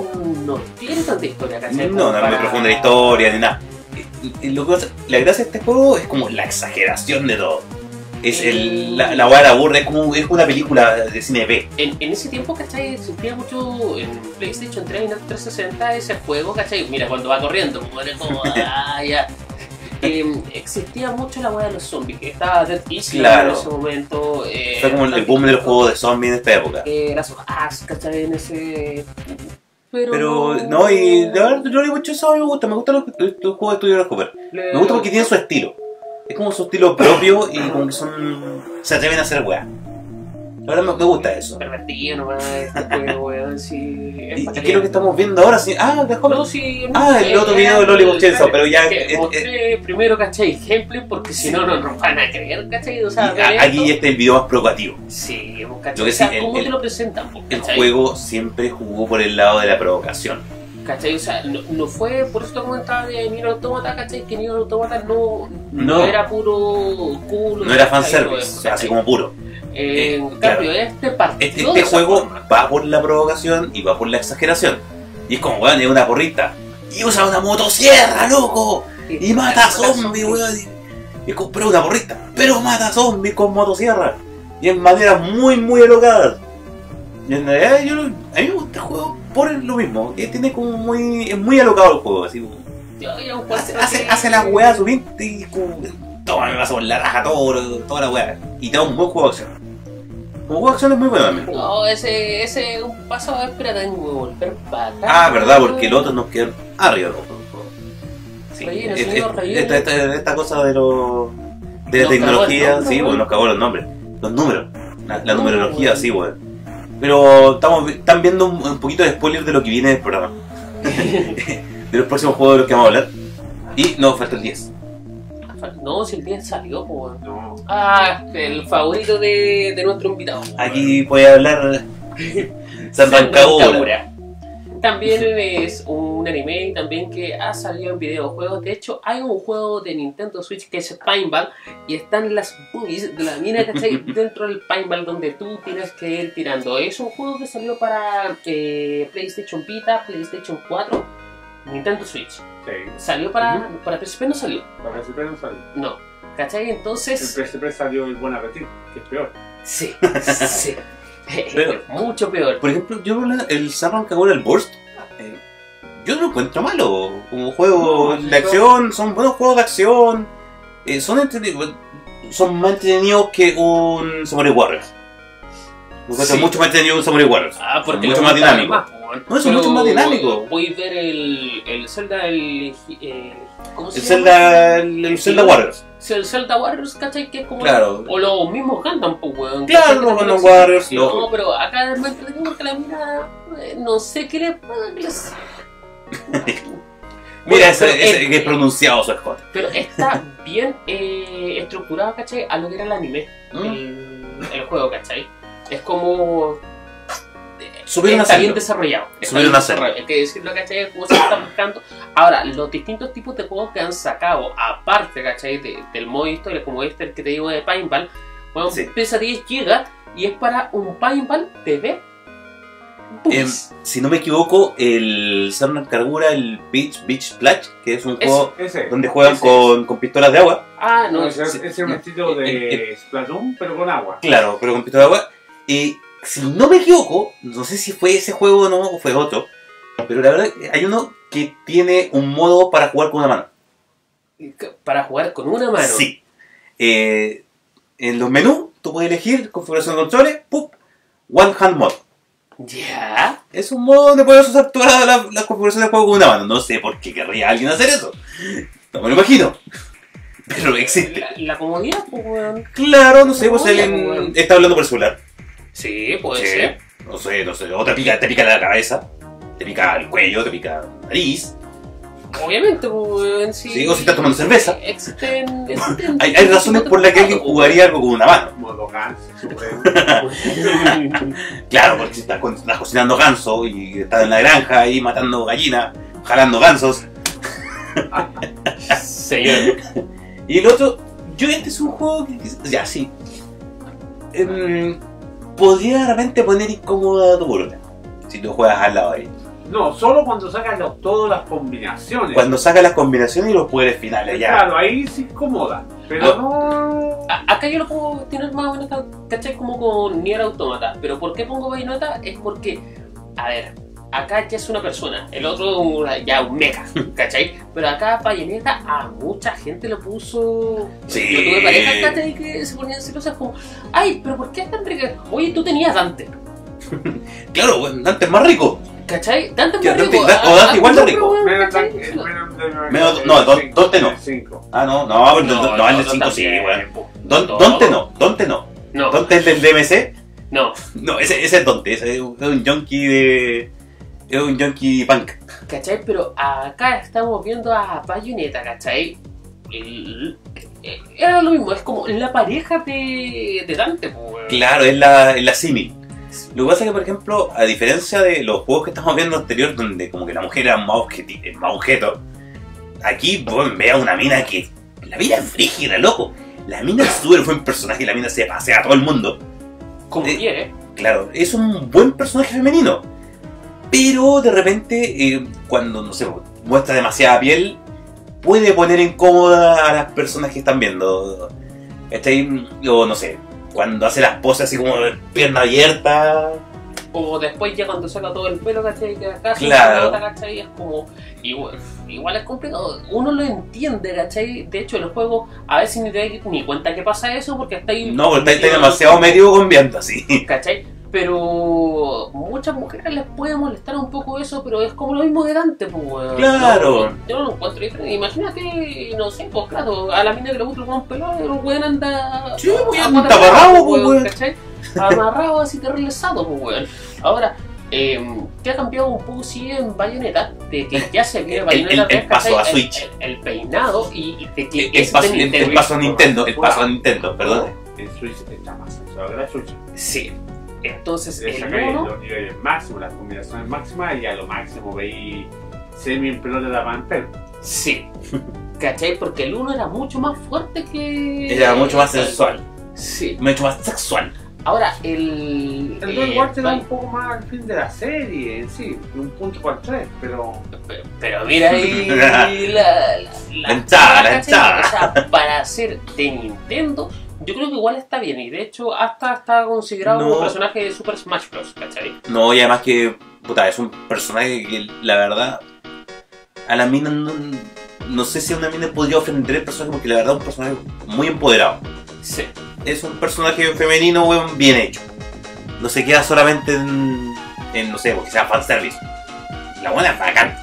[SPEAKER 2] no tiene tanta historia, cachai.
[SPEAKER 1] no, no es muy profunda la historia ni nada. Y- y Lo que pasa- la gracia de este juego es como la exageración de todo. Es
[SPEAKER 2] Eh.
[SPEAKER 1] el, la, la hueá de aburre, es como es una película de cine B.
[SPEAKER 2] En, en ese tiempo, cachai, existía mucho en PlayStation 3 y en el 360 ese juego, cachai. Mira, cuando va corriendo, como eres como, ah, ya. Em, existía mucho la hueá de los zombies, que estaba Dead Island
[SPEAKER 1] Claro.
[SPEAKER 2] en ese momento. eh,
[SPEAKER 1] Fue como el, el boom del juego de zombies en esta época.
[SPEAKER 2] Eh, Era su as, cachai, en ese. Pero,
[SPEAKER 1] Pero no, y la verdad, yo le mucho eso, a mí me gusta, me gustan los, los- los juegos de Studio Grasshopper. Me gusta porque tienen su estilo. Es como su estilo propio y como que son. se atreven a hacer weá. La verdad me, me gusta eso.
[SPEAKER 2] pervertido nomás este juego, weón, sí. es
[SPEAKER 1] ¿Y, y
[SPEAKER 2] pa'
[SPEAKER 1] qué es
[SPEAKER 2] creer.
[SPEAKER 1] lo que estamos viendo ahora? Sí, Ah, dejó
[SPEAKER 2] No, sí, no
[SPEAKER 1] Ah,
[SPEAKER 2] sé,
[SPEAKER 1] el otro
[SPEAKER 2] ya,
[SPEAKER 1] video de Lollipop
[SPEAKER 2] el-
[SPEAKER 1] Chainsaw, pero ya-
[SPEAKER 2] que
[SPEAKER 1] eh, eh,
[SPEAKER 2] mostré primero, ¿cachai? Ejemplo, porque si no, no nos van a creer, ¿cachai? O sea, ver
[SPEAKER 1] Aquí
[SPEAKER 2] esto-
[SPEAKER 1] este es el video más provocativo.
[SPEAKER 2] Sí, vos, ¿cachai?
[SPEAKER 1] Lo que
[SPEAKER 2] O sea,
[SPEAKER 1] sí, el-
[SPEAKER 2] ¿cómo
[SPEAKER 1] el-
[SPEAKER 2] te lo presentan? vos,
[SPEAKER 1] El
[SPEAKER 2] ¿cachai?
[SPEAKER 1] juego siempre jugó por el lado de la provocación.
[SPEAKER 2] ¿Cachai? O sea, no, no fue, por eso te comentaba de Nier Automata, ¿cachai? Que Nier Automata no,
[SPEAKER 1] No.
[SPEAKER 2] era puro culo.
[SPEAKER 1] No era
[SPEAKER 2] ¿cachai?
[SPEAKER 1] fanservice,
[SPEAKER 2] No,
[SPEAKER 1] o sea, así
[SPEAKER 2] ¿cachai?
[SPEAKER 1] como puro.
[SPEAKER 2] Eh, en
[SPEAKER 1] claro.
[SPEAKER 2] cambio, este partió
[SPEAKER 1] Este,
[SPEAKER 2] de
[SPEAKER 1] este
[SPEAKER 2] esa
[SPEAKER 1] juego
[SPEAKER 2] forma.
[SPEAKER 1] va por la provocación y va por la exageración. Y es como, weón, es una porrita. Y usa una motosierra, loco. Y
[SPEAKER 2] este
[SPEAKER 1] mata a zombies, weón. Y es como, pero una porrita. Pero mata a zombies con motosierra. Y en maneras muy, muy alocadas. Y en realidad, yo, lo- a mí me gusta el juego por lo mismo. que tiene como muy, es muy alocado el juego. Así como,
[SPEAKER 2] Yo ya encuentro
[SPEAKER 1] Hace, hace,
[SPEAKER 2] que-
[SPEAKER 1] hace la weá a su mente y como. Toma, me paso por la raja todo, toda la weá. Y te da un buen juego de acción. Como juego de acción es muy bueno también.
[SPEAKER 2] No, ese, ese es un paso a espera tengo que volver para atrás.
[SPEAKER 1] Ah, verdad, porque el otro nos quedó arriba. ¿no? Sí,
[SPEAKER 2] Relleno,
[SPEAKER 1] es-
[SPEAKER 2] señor,
[SPEAKER 1] es-
[SPEAKER 2] relleno.
[SPEAKER 1] esta, esta- esta cosa de los. de la
[SPEAKER 2] Nos cagó el
[SPEAKER 1] tecnología,
[SPEAKER 2] nombre,
[SPEAKER 1] sí,
[SPEAKER 2] weón.
[SPEAKER 1] bueno, nos cagó los nombres, los números, la, la
[SPEAKER 2] No,
[SPEAKER 1] numerología,
[SPEAKER 2] weón.
[SPEAKER 1] sí, bueno. Pero estamos vi- están viendo un, un poquito de spoiler de lo que viene del programa, de los próximos juegos de los que vamos a hablar. Y nos falta el 10.
[SPEAKER 2] No, si el 10 salió, po, weón.
[SPEAKER 3] No.
[SPEAKER 2] Ah, el favorito de, de nuestro invitado.
[SPEAKER 1] Aquí puede hablar San Rancagura.
[SPEAKER 2] Rancagura. También es un anime también que ha salido en videojuegos. De hecho, hay un juego de Nintendo Switch que es Pinball y están las boobies de la mina que está dentro del Pinball donde tú tienes que ir tirando. Es un juego que salió para eh, PlayStation Vita, PlayStation 4, Nintendo Switch.
[SPEAKER 3] Sí.
[SPEAKER 2] Salió para, para PSP, no salió.
[SPEAKER 3] Para PSP no salió.
[SPEAKER 2] No. ¿Cachai? Entonces...
[SPEAKER 3] El PSP salió el Buen Apetito, que es peor.
[SPEAKER 2] Sí, sí.
[SPEAKER 1] Peor.
[SPEAKER 2] Mucho peor.
[SPEAKER 1] Por ejemplo, yo la- el San Rancagura, el Burst, eh, yo no lo encuentro malo. Como juego
[SPEAKER 3] No, sí,
[SPEAKER 1] de acción, son buenos juegos de acción. eh, son entretenidos. Son más entretenidos que un Samurai Warriors. Me encuentro
[SPEAKER 2] Sí.
[SPEAKER 1] mucho más entretenido que un Samurai Warriors.
[SPEAKER 2] Ah, porque
[SPEAKER 1] Mucho
[SPEAKER 2] le
[SPEAKER 1] más
[SPEAKER 2] gusta
[SPEAKER 1] dinámico.
[SPEAKER 2] más, po, weón.
[SPEAKER 1] No, eso es
[SPEAKER 2] Pero
[SPEAKER 1] mucho más dinámico.
[SPEAKER 2] Voy a ver el, el Zelda, el, el- ¿Cómo se
[SPEAKER 1] El
[SPEAKER 2] llama?
[SPEAKER 1] Zelda, el, el Zelda Warriors.
[SPEAKER 2] Sí, El Zelda Warriors, ¿cachai? Que es como.
[SPEAKER 1] Claro.
[SPEAKER 2] O los mismos Gundam, pues, weón.
[SPEAKER 1] Claro, los
[SPEAKER 2] ¿cachai? Que también
[SPEAKER 1] Gundam
[SPEAKER 2] son-
[SPEAKER 1] Warriors,
[SPEAKER 2] No,
[SPEAKER 1] los-
[SPEAKER 2] pero acá es más entretenido porque la mina. eh, No sé qué le pasa. que les- Bueno,
[SPEAKER 1] Mira, ese,
[SPEAKER 2] pero
[SPEAKER 1] ese
[SPEAKER 2] es-
[SPEAKER 1] que es pronunciado su escote.
[SPEAKER 2] Pero está bien eh, estructurado, ¿cachai? A lo que era el anime,
[SPEAKER 1] Mm.
[SPEAKER 2] el, el juego, ¿cachai? Es como.
[SPEAKER 1] Supieron
[SPEAKER 2] está bien
[SPEAKER 1] hacerlo.
[SPEAKER 2] desarrollado. Está
[SPEAKER 1] Supieron
[SPEAKER 2] bien
[SPEAKER 1] hacerlo.
[SPEAKER 2] desarrollado. Hay que decirlo, ¿cachai? Es Como se está buscando. Ahora, los distintos tipos de juegos que han sacado, aparte, ¿cachai? De- del modo historia, como este, el que te digo de Pinball, bueno,
[SPEAKER 1] Sí.
[SPEAKER 2] pesa 10 GB y es para un Pinball TV.
[SPEAKER 1] Em, si no me equivoco, el San Rancagura, el Beach Beach Splash, que es un
[SPEAKER 2] Es-
[SPEAKER 1] juego
[SPEAKER 3] Ese.
[SPEAKER 1] donde juegan
[SPEAKER 3] Ese.
[SPEAKER 1] con, con pistolas de agua.
[SPEAKER 2] ah,
[SPEAKER 3] No,
[SPEAKER 2] no.
[SPEAKER 3] ese ese es el estilo
[SPEAKER 1] Eh,
[SPEAKER 3] de Splatoon, pero con agua.
[SPEAKER 1] Claro, pero con pistola de agua. Y si no me equivoco, no sé si fue ese juego o no, o fue otro. Pero la verdad, hay uno que tiene un modo para jugar con una mano.
[SPEAKER 2] Para jugar con una mano.
[SPEAKER 1] Sí. Eh, en los menús, tú puedes elegir configuración de controles, ¡pup! One Hand Mod.
[SPEAKER 2] Ya.
[SPEAKER 1] Es un modo donde puedes usar todas las, las configuraciones de juego con una mano. No sé por qué querría alguien hacer eso. No me lo imagino. Pero existe.
[SPEAKER 2] La, la comodidad, pues, weón.
[SPEAKER 1] Claro, no sé, pues
[SPEAKER 2] Oye,
[SPEAKER 1] alguien
[SPEAKER 2] weón.
[SPEAKER 1] está hablando por el celular.
[SPEAKER 2] Sí, puede
[SPEAKER 1] Sí.
[SPEAKER 2] ser.
[SPEAKER 1] No sé, no sé. O te pica, te pica la cabeza, te pica el cuello, te pica la nariz.
[SPEAKER 2] Obviamente, pues, weón, sí.
[SPEAKER 1] Sí, o si estás tomando cerveza.
[SPEAKER 2] Existen. existen
[SPEAKER 1] Hay, hay razones por las que alguien jugaría algo con una mano.
[SPEAKER 3] Modo Gans, supremo.
[SPEAKER 1] Claro, porque si estás, co- estás cocinando ganso y estás en la granja y matando gallinas, jalando gansos.
[SPEAKER 2] Señor.
[SPEAKER 1] Y el otro, yo este es un juego que que- ya sí. Em, podría de repente poner incómoda tu bolota. Si tú juegas al lado de ahí.
[SPEAKER 3] No, solo cuando sacan los- todas las combinaciones.
[SPEAKER 1] Cuando sacas las combinaciones y los poderes finales, ya.
[SPEAKER 3] Claro, ahí se incomoda. Pero
[SPEAKER 1] Ah.
[SPEAKER 3] no.
[SPEAKER 2] A- Acá yo lo puedo tener más o menos, ca- ¿cachai? Como con Nier Automata. Pero ¿por qué pongo Bayonetta? Es porque, a ver, acá ya es una persona, el otro es un- ya un mecha, ¿cachai? Pero acá Bayonetta a mucha gente lo puso.
[SPEAKER 1] Sí.
[SPEAKER 2] Yo tuve parejas, ¿cachai? Que se ponían celosas como, ay, pero ¿por qué es tan rica? Oye, tú tenías Dante.
[SPEAKER 1] Claro, bueno, Dante es más rico.
[SPEAKER 2] ¿Cachai? Dante es
[SPEAKER 1] Que
[SPEAKER 2] más
[SPEAKER 1] Dante-
[SPEAKER 2] rico.
[SPEAKER 1] Da- o Dante igual de
[SPEAKER 2] tú,
[SPEAKER 1] rico.
[SPEAKER 2] weón,
[SPEAKER 3] Menos
[SPEAKER 2] ¿cachai?
[SPEAKER 3] tan- el menos de-
[SPEAKER 1] Menos- no,
[SPEAKER 3] el
[SPEAKER 1] don-
[SPEAKER 3] Eh, cinco,
[SPEAKER 1] donte no.
[SPEAKER 3] el cinco.
[SPEAKER 1] Ah, no, no, no, no, no, el de 5 sí,
[SPEAKER 2] también,
[SPEAKER 1] weón.
[SPEAKER 2] po.
[SPEAKER 1] Don- Donte no, Donte no.
[SPEAKER 2] No,
[SPEAKER 1] Donte es del DMC.
[SPEAKER 2] no.
[SPEAKER 1] No, ese, ese es Donte, ese es un, es un junkie de. Es un junkie punk.
[SPEAKER 2] ¿Cachai? Pero acá estamos viendo a Bayonetta, ¿cachai? El- eh, era lo mismo, es como la pareja de, de Dante, po, weón.
[SPEAKER 1] Claro, es la, es la simi. Lo que pasa es que, por ejemplo, a diferencia de los juegos que estamos viendo anterior, donde como que la mujer era más, objeti- eh, más objeto, aquí bueno, ve a una mina que. La mina es frígida, loco. La mina es súper buen personaje, la mina se pasea a todo el mundo.
[SPEAKER 2] Como
[SPEAKER 1] Eh,
[SPEAKER 2] quiere.
[SPEAKER 1] Claro, es un buen personaje femenino. Pero de repente, eh, cuando, no sé, muestra demasiada piel, puede poner incómoda a las personas que están viendo. ¿Cachai? O no sé, cuando hace las poses así como de pierna abierta.
[SPEAKER 2] O después ya cuando saca todo el pelo, ¿cachai? Que acá se
[SPEAKER 1] Claro.
[SPEAKER 2] nota, ¿cachai? Es como. Igual, igual es complicado. Uno lo entiende, ¿cachai? De hecho, en el juego a veces ni te das ni cuenta que pasa eso porque está ahí.
[SPEAKER 1] pues, No, porque está, está demasiado medio con viento así.
[SPEAKER 2] ¿Cachai? Pero muchas mujeres les puede molestar un poco eso, pero es como lo mismo de Dante, pues, weón.
[SPEAKER 1] Claro.
[SPEAKER 2] No, Yo no lo encuentro diferente. Imagínate, no sé, pues claro, a la mina que le gusta el weón pelado, el weón anda.
[SPEAKER 1] Sí, weón,
[SPEAKER 2] a cuatro
[SPEAKER 1] taparrabo,
[SPEAKER 2] patas,
[SPEAKER 1] pues, weón.
[SPEAKER 2] ¿cachai? Amarrado así terriblesado, pues, weón. Ahora, eh, ¿qué ha cambiado un poco sí en Bayonetta? De que ya se viene
[SPEAKER 1] El-
[SPEAKER 2] Bayonetta
[SPEAKER 1] el- el
[SPEAKER 2] 3,
[SPEAKER 1] paso
[SPEAKER 2] ¿cachai?
[SPEAKER 1] a
[SPEAKER 2] El-
[SPEAKER 1] Switch.
[SPEAKER 2] El, el peinado y, y de que
[SPEAKER 1] El, el
[SPEAKER 2] es
[SPEAKER 1] paso,
[SPEAKER 2] de
[SPEAKER 1] el-
[SPEAKER 2] Nintendo.
[SPEAKER 1] el paso a Nintendo, el paso a Nintendo, perdón.
[SPEAKER 3] El Eh, Switch está más sensual que la Switch.
[SPEAKER 2] Sí. Entonces,
[SPEAKER 3] Es
[SPEAKER 2] el
[SPEAKER 3] el,
[SPEAKER 2] mono,
[SPEAKER 3] nivel máximo, las combinaciones máximas y a lo máximo veí semi en pelota de la pantalla.
[SPEAKER 2] sí. ¿Cachai? Porque el uno era mucho más fuerte que.
[SPEAKER 1] Era mucho más sensual,
[SPEAKER 2] Sí.
[SPEAKER 1] mucho más sexual.
[SPEAKER 2] Ahora, el.
[SPEAKER 3] El
[SPEAKER 2] eh,
[SPEAKER 3] 2 igual te da
[SPEAKER 2] Bay-
[SPEAKER 3] un poco más al fin de la serie en sí, de un punto para el 3, pero
[SPEAKER 2] Pero- Pero mira ahí la, la, la
[SPEAKER 1] Lanzada,
[SPEAKER 2] ¿cachai?
[SPEAKER 1] lanzada.
[SPEAKER 2] O sea, para ser de Nintendo, yo creo que igual está bien. Y de hecho, hasta está considerado
[SPEAKER 1] No.
[SPEAKER 2] como personaje de Super Smash Bros. ¿Cachai?
[SPEAKER 1] No, y además que, puta, es un personaje que la verdad, a la mina no, no sé si a una mina podría ofender el personaje porque la verdad es un personaje muy empoderado.
[SPEAKER 2] Sí.
[SPEAKER 1] es un personaje femenino, weón, bien hecho. No se queda solamente en, en, no sé, porque sea fanservice. La buena es bacán.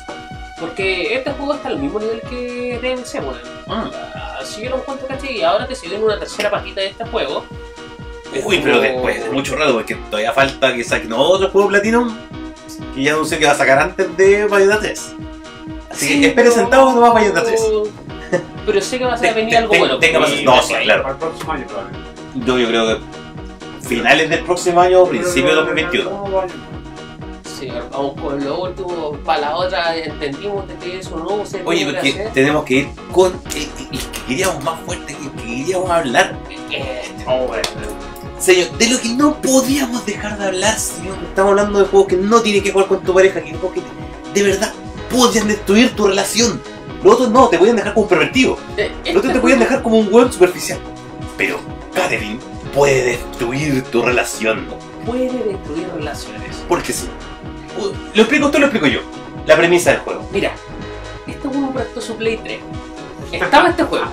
[SPEAKER 2] Porque este juego está al mismo nivel que DMC, weón. pues, Así yo lo encuentro, ¿cachai? Y ahora que se viene una tercera patita de este juego. es
[SPEAKER 1] Uy, pero
[SPEAKER 2] como-
[SPEAKER 1] después de mucho rato, porque todavía falta que saquen otro juego Platinum, que ya anunció que va a sacar antes de Bayonetta 3. Así
[SPEAKER 2] Sí,
[SPEAKER 1] que espere
[SPEAKER 2] pero-
[SPEAKER 1] sentados nomás Bayonetta 3.
[SPEAKER 2] Pero sé que va a
[SPEAKER 1] Te-
[SPEAKER 2] ser- venir
[SPEAKER 1] te-
[SPEAKER 2] algo
[SPEAKER 1] te-
[SPEAKER 2] bueno.
[SPEAKER 1] tenga más-
[SPEAKER 2] porque-
[SPEAKER 1] no, sí, claro.
[SPEAKER 3] para el próximo año probablemente.
[SPEAKER 1] Yo, yo creo que finales del próximo año o principios de 2021.
[SPEAKER 2] Sí, vamos con lo último. Para la otra, entendimos de que eso no se
[SPEAKER 1] Oye,
[SPEAKER 2] puede
[SPEAKER 1] porque
[SPEAKER 2] hacer.
[SPEAKER 1] tenemos que ir con eh, eh, el que queríamos más fuerte, el que queríamos hablar.
[SPEAKER 2] Eh,
[SPEAKER 3] Oh, bueno.
[SPEAKER 1] Señor, de lo que no podíamos dejar de hablar, señor. Estamos hablando de juegos que no tienen que jugar con tu pareja, que juegos que de verdad podían destruir tu relación. Los otros no, te podían dejar como un pervertido.
[SPEAKER 2] eh,
[SPEAKER 1] Los otros
[SPEAKER 2] este
[SPEAKER 1] te podían
[SPEAKER 2] juego-
[SPEAKER 1] dejar como un weón superficial. Pero Catherine puede destruir tu relación.
[SPEAKER 2] puede destruir relaciones.
[SPEAKER 1] Porque sí. Uh, Lo explico usted, o lo explico yo. La premisa del juego.
[SPEAKER 2] Mira, este juego prestó su Play 3. Estaba este juego.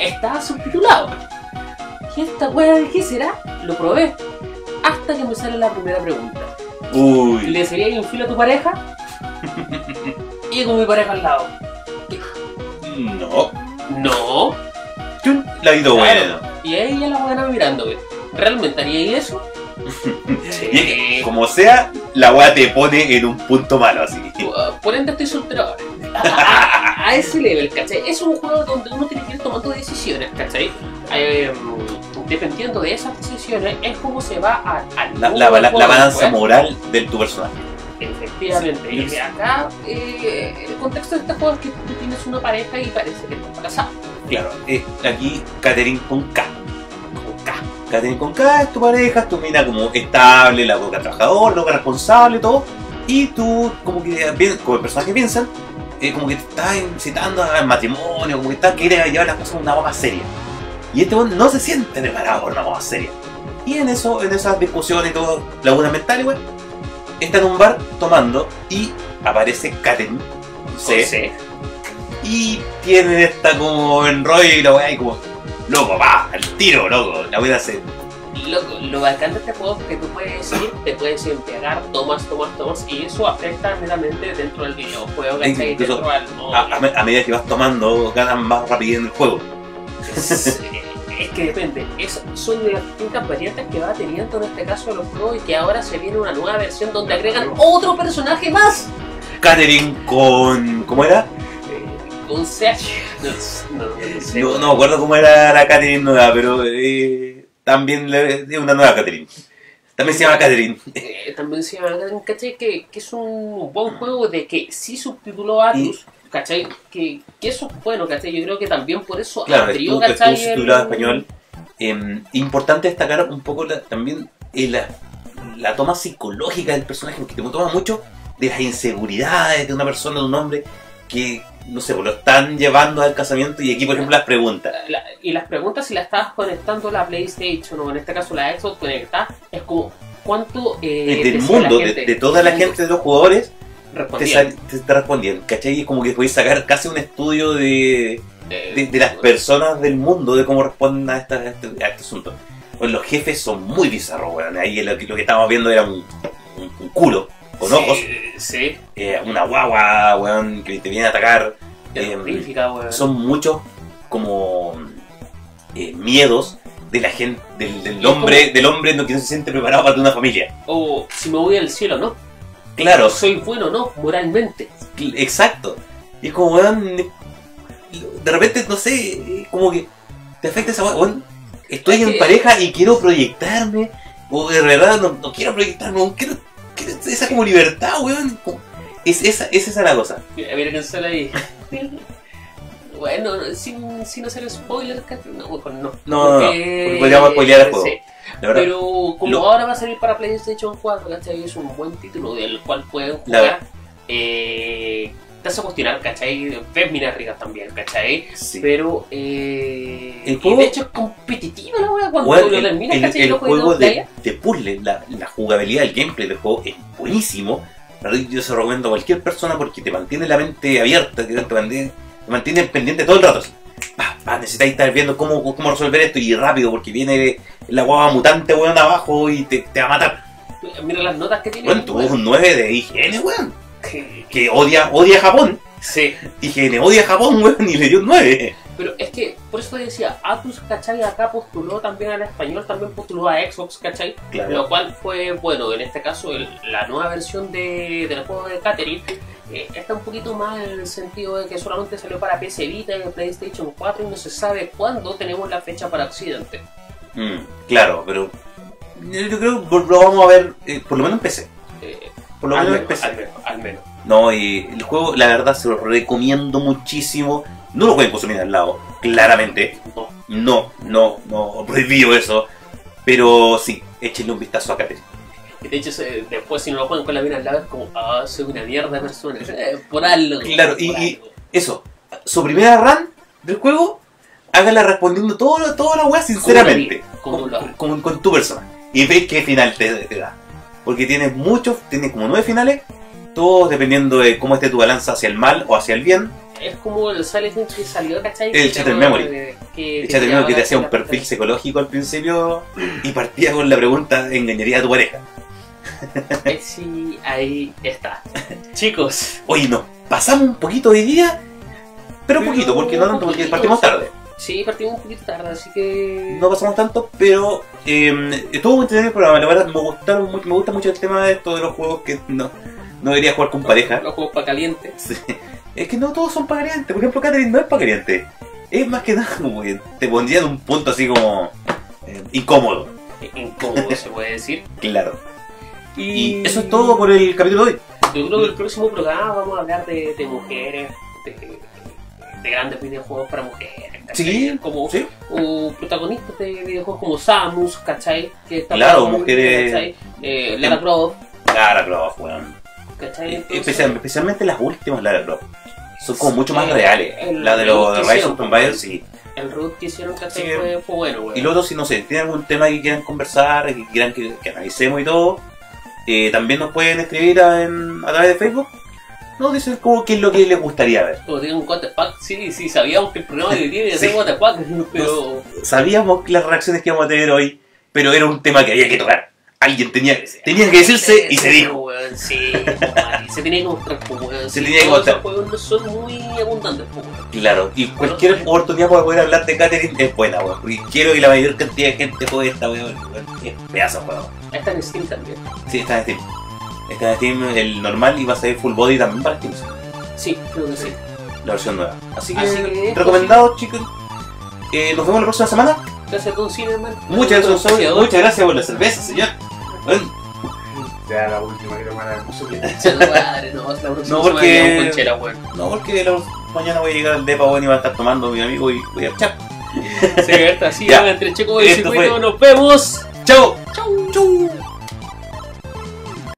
[SPEAKER 2] Estaba subtitulado. ¿Y esta weá de qué será? Lo probé. Hasta que me sale la primera pregunta.
[SPEAKER 1] Uy.
[SPEAKER 2] ¿Le sería infiel a tu pareja? y con mi pareja al lado.
[SPEAKER 1] Mm, No.
[SPEAKER 2] No.
[SPEAKER 1] Chun, La vida
[SPEAKER 2] Claro.
[SPEAKER 1] buena.
[SPEAKER 2] Y ahí ya la weá mirándome. ¿Realmente haría eso?
[SPEAKER 1] Y es que, como sea, la weá te pone en un punto malo, así que.
[SPEAKER 2] Uh, Por ende estoy soltero ahora. A, a- a ese level, ¿cachai? Es un juego donde uno tiene que ir tomando decisiones, ¿cachai? Eh, dependiendo de esas decisiones es como se va a, al
[SPEAKER 1] La,
[SPEAKER 2] mundo
[SPEAKER 1] la,
[SPEAKER 2] del
[SPEAKER 1] bala- la
[SPEAKER 2] juego
[SPEAKER 1] balanza
[SPEAKER 2] después.
[SPEAKER 1] moral de tu personaje.
[SPEAKER 2] Efectivamente.
[SPEAKER 1] Sí.
[SPEAKER 2] Y acá eh, el contexto de este juego es que tú tienes una pareja y parece que estás casado.
[SPEAKER 1] Claro, eh, aquí Catherine con K.
[SPEAKER 2] Con K.
[SPEAKER 1] Catherine con K es tu pareja, es tu mina como estable, la boca trabajadora, loca responsable, todo. Y tú, como que pi- como el personaje piensa, eh, como que te estás incitando al matrimonio, como que estás quieres llevar las cosas a una boca seria. Y este hombre no se siente preparado para una boca seria. Y en eso, en esas discusiones y todo, lagunas mentales, güey, está en un bar tomando y aparece Catherine.
[SPEAKER 2] Con
[SPEAKER 1] Se-
[SPEAKER 2] C.
[SPEAKER 1] y tienen esta como enrollo y la weá y como, loco, va, al tiro, loco, la weá se...
[SPEAKER 2] Lo, lo bacán de este juego es que tú puedes ir, te puedes empeorar, tomas, tomas, tomas, y eso afecta netamente dentro del videojuego, ¿cachai?
[SPEAKER 1] Incluso
[SPEAKER 2] Dentro al
[SPEAKER 1] A, a me- a medida que vas tomando, ganas más rapidez en el juego.
[SPEAKER 2] es, es que depende. Es, son las distintas variantes que va teniendo en este caso los juegos y que ahora se viene una nueva versión donde agregan otro personaje más.
[SPEAKER 1] Catherine con... ¿cómo era?
[SPEAKER 2] Eh, Con Sash. No, no, no sé.
[SPEAKER 1] No, no me acuerdo cómo era la Catherine nueva, pero eh, también le- es una nueva Catherine. También se llama Catherine.
[SPEAKER 2] Eh, también se llama Garden, ¿cachai? Que, que es un buen juego de que sí subtituló Atlus, ¿cachai? Que, que eso es bueno, ¿cachai? Yo creo que también por eso
[SPEAKER 1] Claro,
[SPEAKER 2] abrió,
[SPEAKER 1] estuvo, estuvo
[SPEAKER 2] ¿cachai?
[SPEAKER 1] subtitulado a
[SPEAKER 2] El-
[SPEAKER 1] español. Em, importante destacar un poco la- también eh, la, la toma psicológica del personaje, porque te toma mucho de las inseguridades de una persona, de un hombre, que, no sé, pues, lo están llevando al casamiento y aquí, por ejemplo, las preguntas.
[SPEAKER 2] la- y las preguntas si la estabas conectando a la PlayStation o en este caso la Xbox conectada es como cuánto eh,
[SPEAKER 1] del
[SPEAKER 2] decía la
[SPEAKER 1] mundo, de,
[SPEAKER 2] gente?
[SPEAKER 1] de toda la gente, de los jugadores, te,
[SPEAKER 2] respondía
[SPEAKER 1] sal- te, te respondían, ¿cachai? Y es como que podéis sacar casi un estudio de,
[SPEAKER 2] Eh,
[SPEAKER 1] de, de las personas del mundo, de cómo responden a, esta- a este, a este asunto. Bueno, los jefes son muy bizarros, weón. Ahí lo, que- lo que estábamos viendo era un, un- un culo con
[SPEAKER 2] Sí,
[SPEAKER 1] ojos,
[SPEAKER 2] Sí,
[SPEAKER 1] eh, una guagua, weón, que te viene a atacar.
[SPEAKER 2] es
[SPEAKER 1] Eh,
[SPEAKER 2] horrífica, weón.
[SPEAKER 1] son muchos como eh, miedos de la gente, del, del hombre, del hombre no- que no se siente preparado para tener una familia.
[SPEAKER 2] O si me voy al cielo, ¿no?
[SPEAKER 1] Claro,
[SPEAKER 2] Soy bueno, ¿no? Moralmente.
[SPEAKER 1] Cl- Exacto. Y es como, weón. De repente, no sé, como que te afecta esa weá, weón. Estoy
[SPEAKER 2] Es
[SPEAKER 1] en
[SPEAKER 2] que-
[SPEAKER 1] pareja y quiero proyectarme. O de verdad, no, no quiero proyectarme. weón, Quiero, quiero esa como libertad, weón. como- Es esa, es esa la cosa.
[SPEAKER 2] Mira, mira que sale ahí. Bueno, sin, sin hacer spoilers, ¿cachai? no, mejor no.
[SPEAKER 1] No, no, no,
[SPEAKER 2] Porque- eh,
[SPEAKER 1] porque podríamos spoilear el juego,
[SPEAKER 2] sí.
[SPEAKER 1] La verdad.
[SPEAKER 2] Pero como
[SPEAKER 1] Lo-
[SPEAKER 2] ahora va a salir para PlayStation 4, ¿cachai? Es un buen título del cual pueden
[SPEAKER 1] La
[SPEAKER 2] jugar. Eh, te hace cuestionar, ¿cachai? Ves minas ricas también, ¿cachai?
[SPEAKER 1] sí.
[SPEAKER 2] Pero, eh.
[SPEAKER 1] El
[SPEAKER 2] y
[SPEAKER 1] juego-
[SPEAKER 2] de hecho es competitiva la wea cuando
[SPEAKER 1] Weón,
[SPEAKER 2] lo
[SPEAKER 1] el,
[SPEAKER 2] terminas,
[SPEAKER 1] el-
[SPEAKER 2] ¿cachai?
[SPEAKER 1] el
[SPEAKER 2] Loco, y
[SPEAKER 1] juego
[SPEAKER 2] dos
[SPEAKER 1] de,
[SPEAKER 2] playas.
[SPEAKER 1] de puzzle, la, la jugabilidad, el gameplay del juego es buenísimo. La verdad, Yo se lo recomiendo a cualquier persona porque te mantiene la mente abierta, te te mantiene, te mantiene pendiente todo el rato. así. Pa, pa, necesitáis estar viendo cómo, cómo resolver esto y rápido porque viene la guava mutante, weón, abajo y te, te va a matar.
[SPEAKER 2] Mira las notas que tiene.
[SPEAKER 1] Weón, tuvo
[SPEAKER 2] weón.
[SPEAKER 1] un 9 de IGN, weón,
[SPEAKER 2] Que-
[SPEAKER 1] que odia, odia Japón.
[SPEAKER 2] Sí.
[SPEAKER 1] IGN odia Japón, weón, y le dio un 9.
[SPEAKER 2] Pero es que, por eso te decía, Atlus, ¿cachai? Acá postuló también al español, también postuló a Xbox, ¿cachai?
[SPEAKER 1] Claro.
[SPEAKER 2] Lo cual fue bueno, en este caso el- la nueva versión de, del juego de Catherine eh, está un poquito más en el sentido de que solamente salió para PC Vita y PlayStation 4 y no se sabe cuándo tenemos la fecha para Occidente.
[SPEAKER 1] Mm, claro, pero yo yo creo que lo vamos a ver, eh, por lo menos en PC.
[SPEAKER 2] Eh,
[SPEAKER 1] Por lo
[SPEAKER 2] al,
[SPEAKER 1] menos en
[SPEAKER 2] menos,
[SPEAKER 1] PC.
[SPEAKER 2] al menos, al menos.
[SPEAKER 1] No, y el juego, la verdad, se lo recomiendo muchísimo. No lo pueden consumir al lado, claramente.
[SPEAKER 2] No.
[SPEAKER 1] No, no, no, prohibido eso. Pero sí, échenle un vistazo a Catherine.
[SPEAKER 2] Y de hecho, se- después si no lo juegan con la mina al lado es como, ah, soy una mierda de persona. Eh, por algo.
[SPEAKER 1] Claro, y-
[SPEAKER 2] por
[SPEAKER 1] y-
[SPEAKER 2] algo.
[SPEAKER 1] Eso, su primera run del juego, hágala respondiendo todo, lo- toda la weá sinceramente.
[SPEAKER 2] Como lo
[SPEAKER 1] con, con- con tu persona. Y ves qué final te, te da. Porque tienes muchos, tienes como nueve finales, todos dependiendo de cómo esté tu balanza hacia el mal o hacia el bien.
[SPEAKER 2] Es como el Silent Hill que salió, ¿cachai?
[SPEAKER 1] El
[SPEAKER 2] Que
[SPEAKER 1] Shattered
[SPEAKER 2] no-
[SPEAKER 1] Memory.
[SPEAKER 2] eh, Que,
[SPEAKER 1] Échate miedo que te hacía un
[SPEAKER 2] ahora-
[SPEAKER 1] perfil psicológico al principio y partía con la pregunta, ¿engañaría a tu pareja?
[SPEAKER 2] Eh, Sí, ahí está. Chicos,
[SPEAKER 1] Oye, nos pasamos un poquito hoy día, pero poquito, porque no tanto, porque
[SPEAKER 2] poquito,
[SPEAKER 1] partimos
[SPEAKER 2] sí.
[SPEAKER 1] tarde.
[SPEAKER 2] sí, partimos un poquito tarde, así que.
[SPEAKER 1] No pasamos tanto, pero eh, estuvo muy entretenido el programa, la verdad me gustaron mucho, me gusta mucho el tema de esto de los juegos que no, no debería jugar con pareja.
[SPEAKER 2] Los juegos para caliente.
[SPEAKER 1] Sí. Es que no todos son para caliente, por ejemplo Catherine no es para caliente. Es más que nada como que te pondría en un punto así como eh, incómodo,
[SPEAKER 2] Eh, Incómodo, se puede decir.
[SPEAKER 1] claro. Y eso es todo por el capítulo de hoy.
[SPEAKER 2] Yo creo que el próximo programa vamos a hablar de, de mujeres, de, de grandes videojuegos para mujeres. ¿cachai?
[SPEAKER 1] Sí,
[SPEAKER 2] Como
[SPEAKER 1] sí.
[SPEAKER 2] o protagonistas de videojuegos como Samus, ¿cachai? Que está
[SPEAKER 1] Claro,
[SPEAKER 2] para-
[SPEAKER 1] mujeres-
[SPEAKER 2] ¿cachai? Eh, Lara Croft,
[SPEAKER 1] Lara Croft, weón.
[SPEAKER 2] ¿cachai?
[SPEAKER 1] Eh,
[SPEAKER 2] Entonces,
[SPEAKER 1] especial- especialmente las últimas Lara Croft. Son como mucho más
[SPEAKER 2] Eh,
[SPEAKER 1] reales.
[SPEAKER 2] el-
[SPEAKER 1] la de los de
[SPEAKER 2] el-
[SPEAKER 1] Rise of Tomb sí.
[SPEAKER 2] El root que hicieron, ¿cachai?
[SPEAKER 1] Sí.
[SPEAKER 2] Fue, fue bueno, güey.
[SPEAKER 1] Y luego, si no sé, tienen algún tema que quieran conversar, que quieran que, que analicemos y todo, eh, también nos pueden escribir a, en- a través de Facebook. Nos dicen como qué es lo que les gustaría ver.
[SPEAKER 2] Como tiene un what the fuck, sí, sí, sabíamos que el programa de hoy día iba a ser
[SPEAKER 1] Sí.
[SPEAKER 2] what the fuck, pero
[SPEAKER 1] Sabíamos que las reacciones que íbamos a tener hoy, pero era un tema que había que tocar. Alguien tenía, tenía que decirse y se dijo.
[SPEAKER 2] Weón, sí, weón, y se tenía que mostrar, pues, weón.
[SPEAKER 1] Se
[SPEAKER 2] sí,
[SPEAKER 1] tenía que
[SPEAKER 2] todos
[SPEAKER 1] mostrar.
[SPEAKER 2] esos juegos no son muy abundantes, pues, weón.
[SPEAKER 1] Claro, y cualquier oportunidad para poder hablar de Catherine es buena, weón. Porque quiero que la mayor cantidad de gente juegue esta weón. weón. Es pedazo de juego.
[SPEAKER 2] Está en Steam también.
[SPEAKER 1] Sí, está en Steam. Está en Steam el normal y va a salir full body también para Steam.
[SPEAKER 2] Sí, creo que sí.
[SPEAKER 1] La versión nueva. Así que,
[SPEAKER 2] Así que-
[SPEAKER 1] recomendado, chicos. Eh, nos vemos la próxima semana.
[SPEAKER 2] Gracias, Don Cinnamon.
[SPEAKER 1] Muchas gracias, Osorio.
[SPEAKER 2] Gracias,
[SPEAKER 1] Muchas gracias por la cerveza, señor. Bueno,
[SPEAKER 3] Ya la última que tomara el músico.
[SPEAKER 2] Madre, no, es la próxima
[SPEAKER 1] No,
[SPEAKER 2] semana
[SPEAKER 1] porque-
[SPEAKER 2] llevamos conchera, weón.
[SPEAKER 1] no, porque la- mañana voy a llegar al depa, bueno, y va a estar tomando mi amigo y voy a echar.
[SPEAKER 2] Sí, está así,
[SPEAKER 1] Ya.
[SPEAKER 2] van entre Checo y
[SPEAKER 1] Esto fue-
[SPEAKER 2] Circuito, nos vemos.
[SPEAKER 1] ¡Chao!
[SPEAKER 2] Chau. Chau.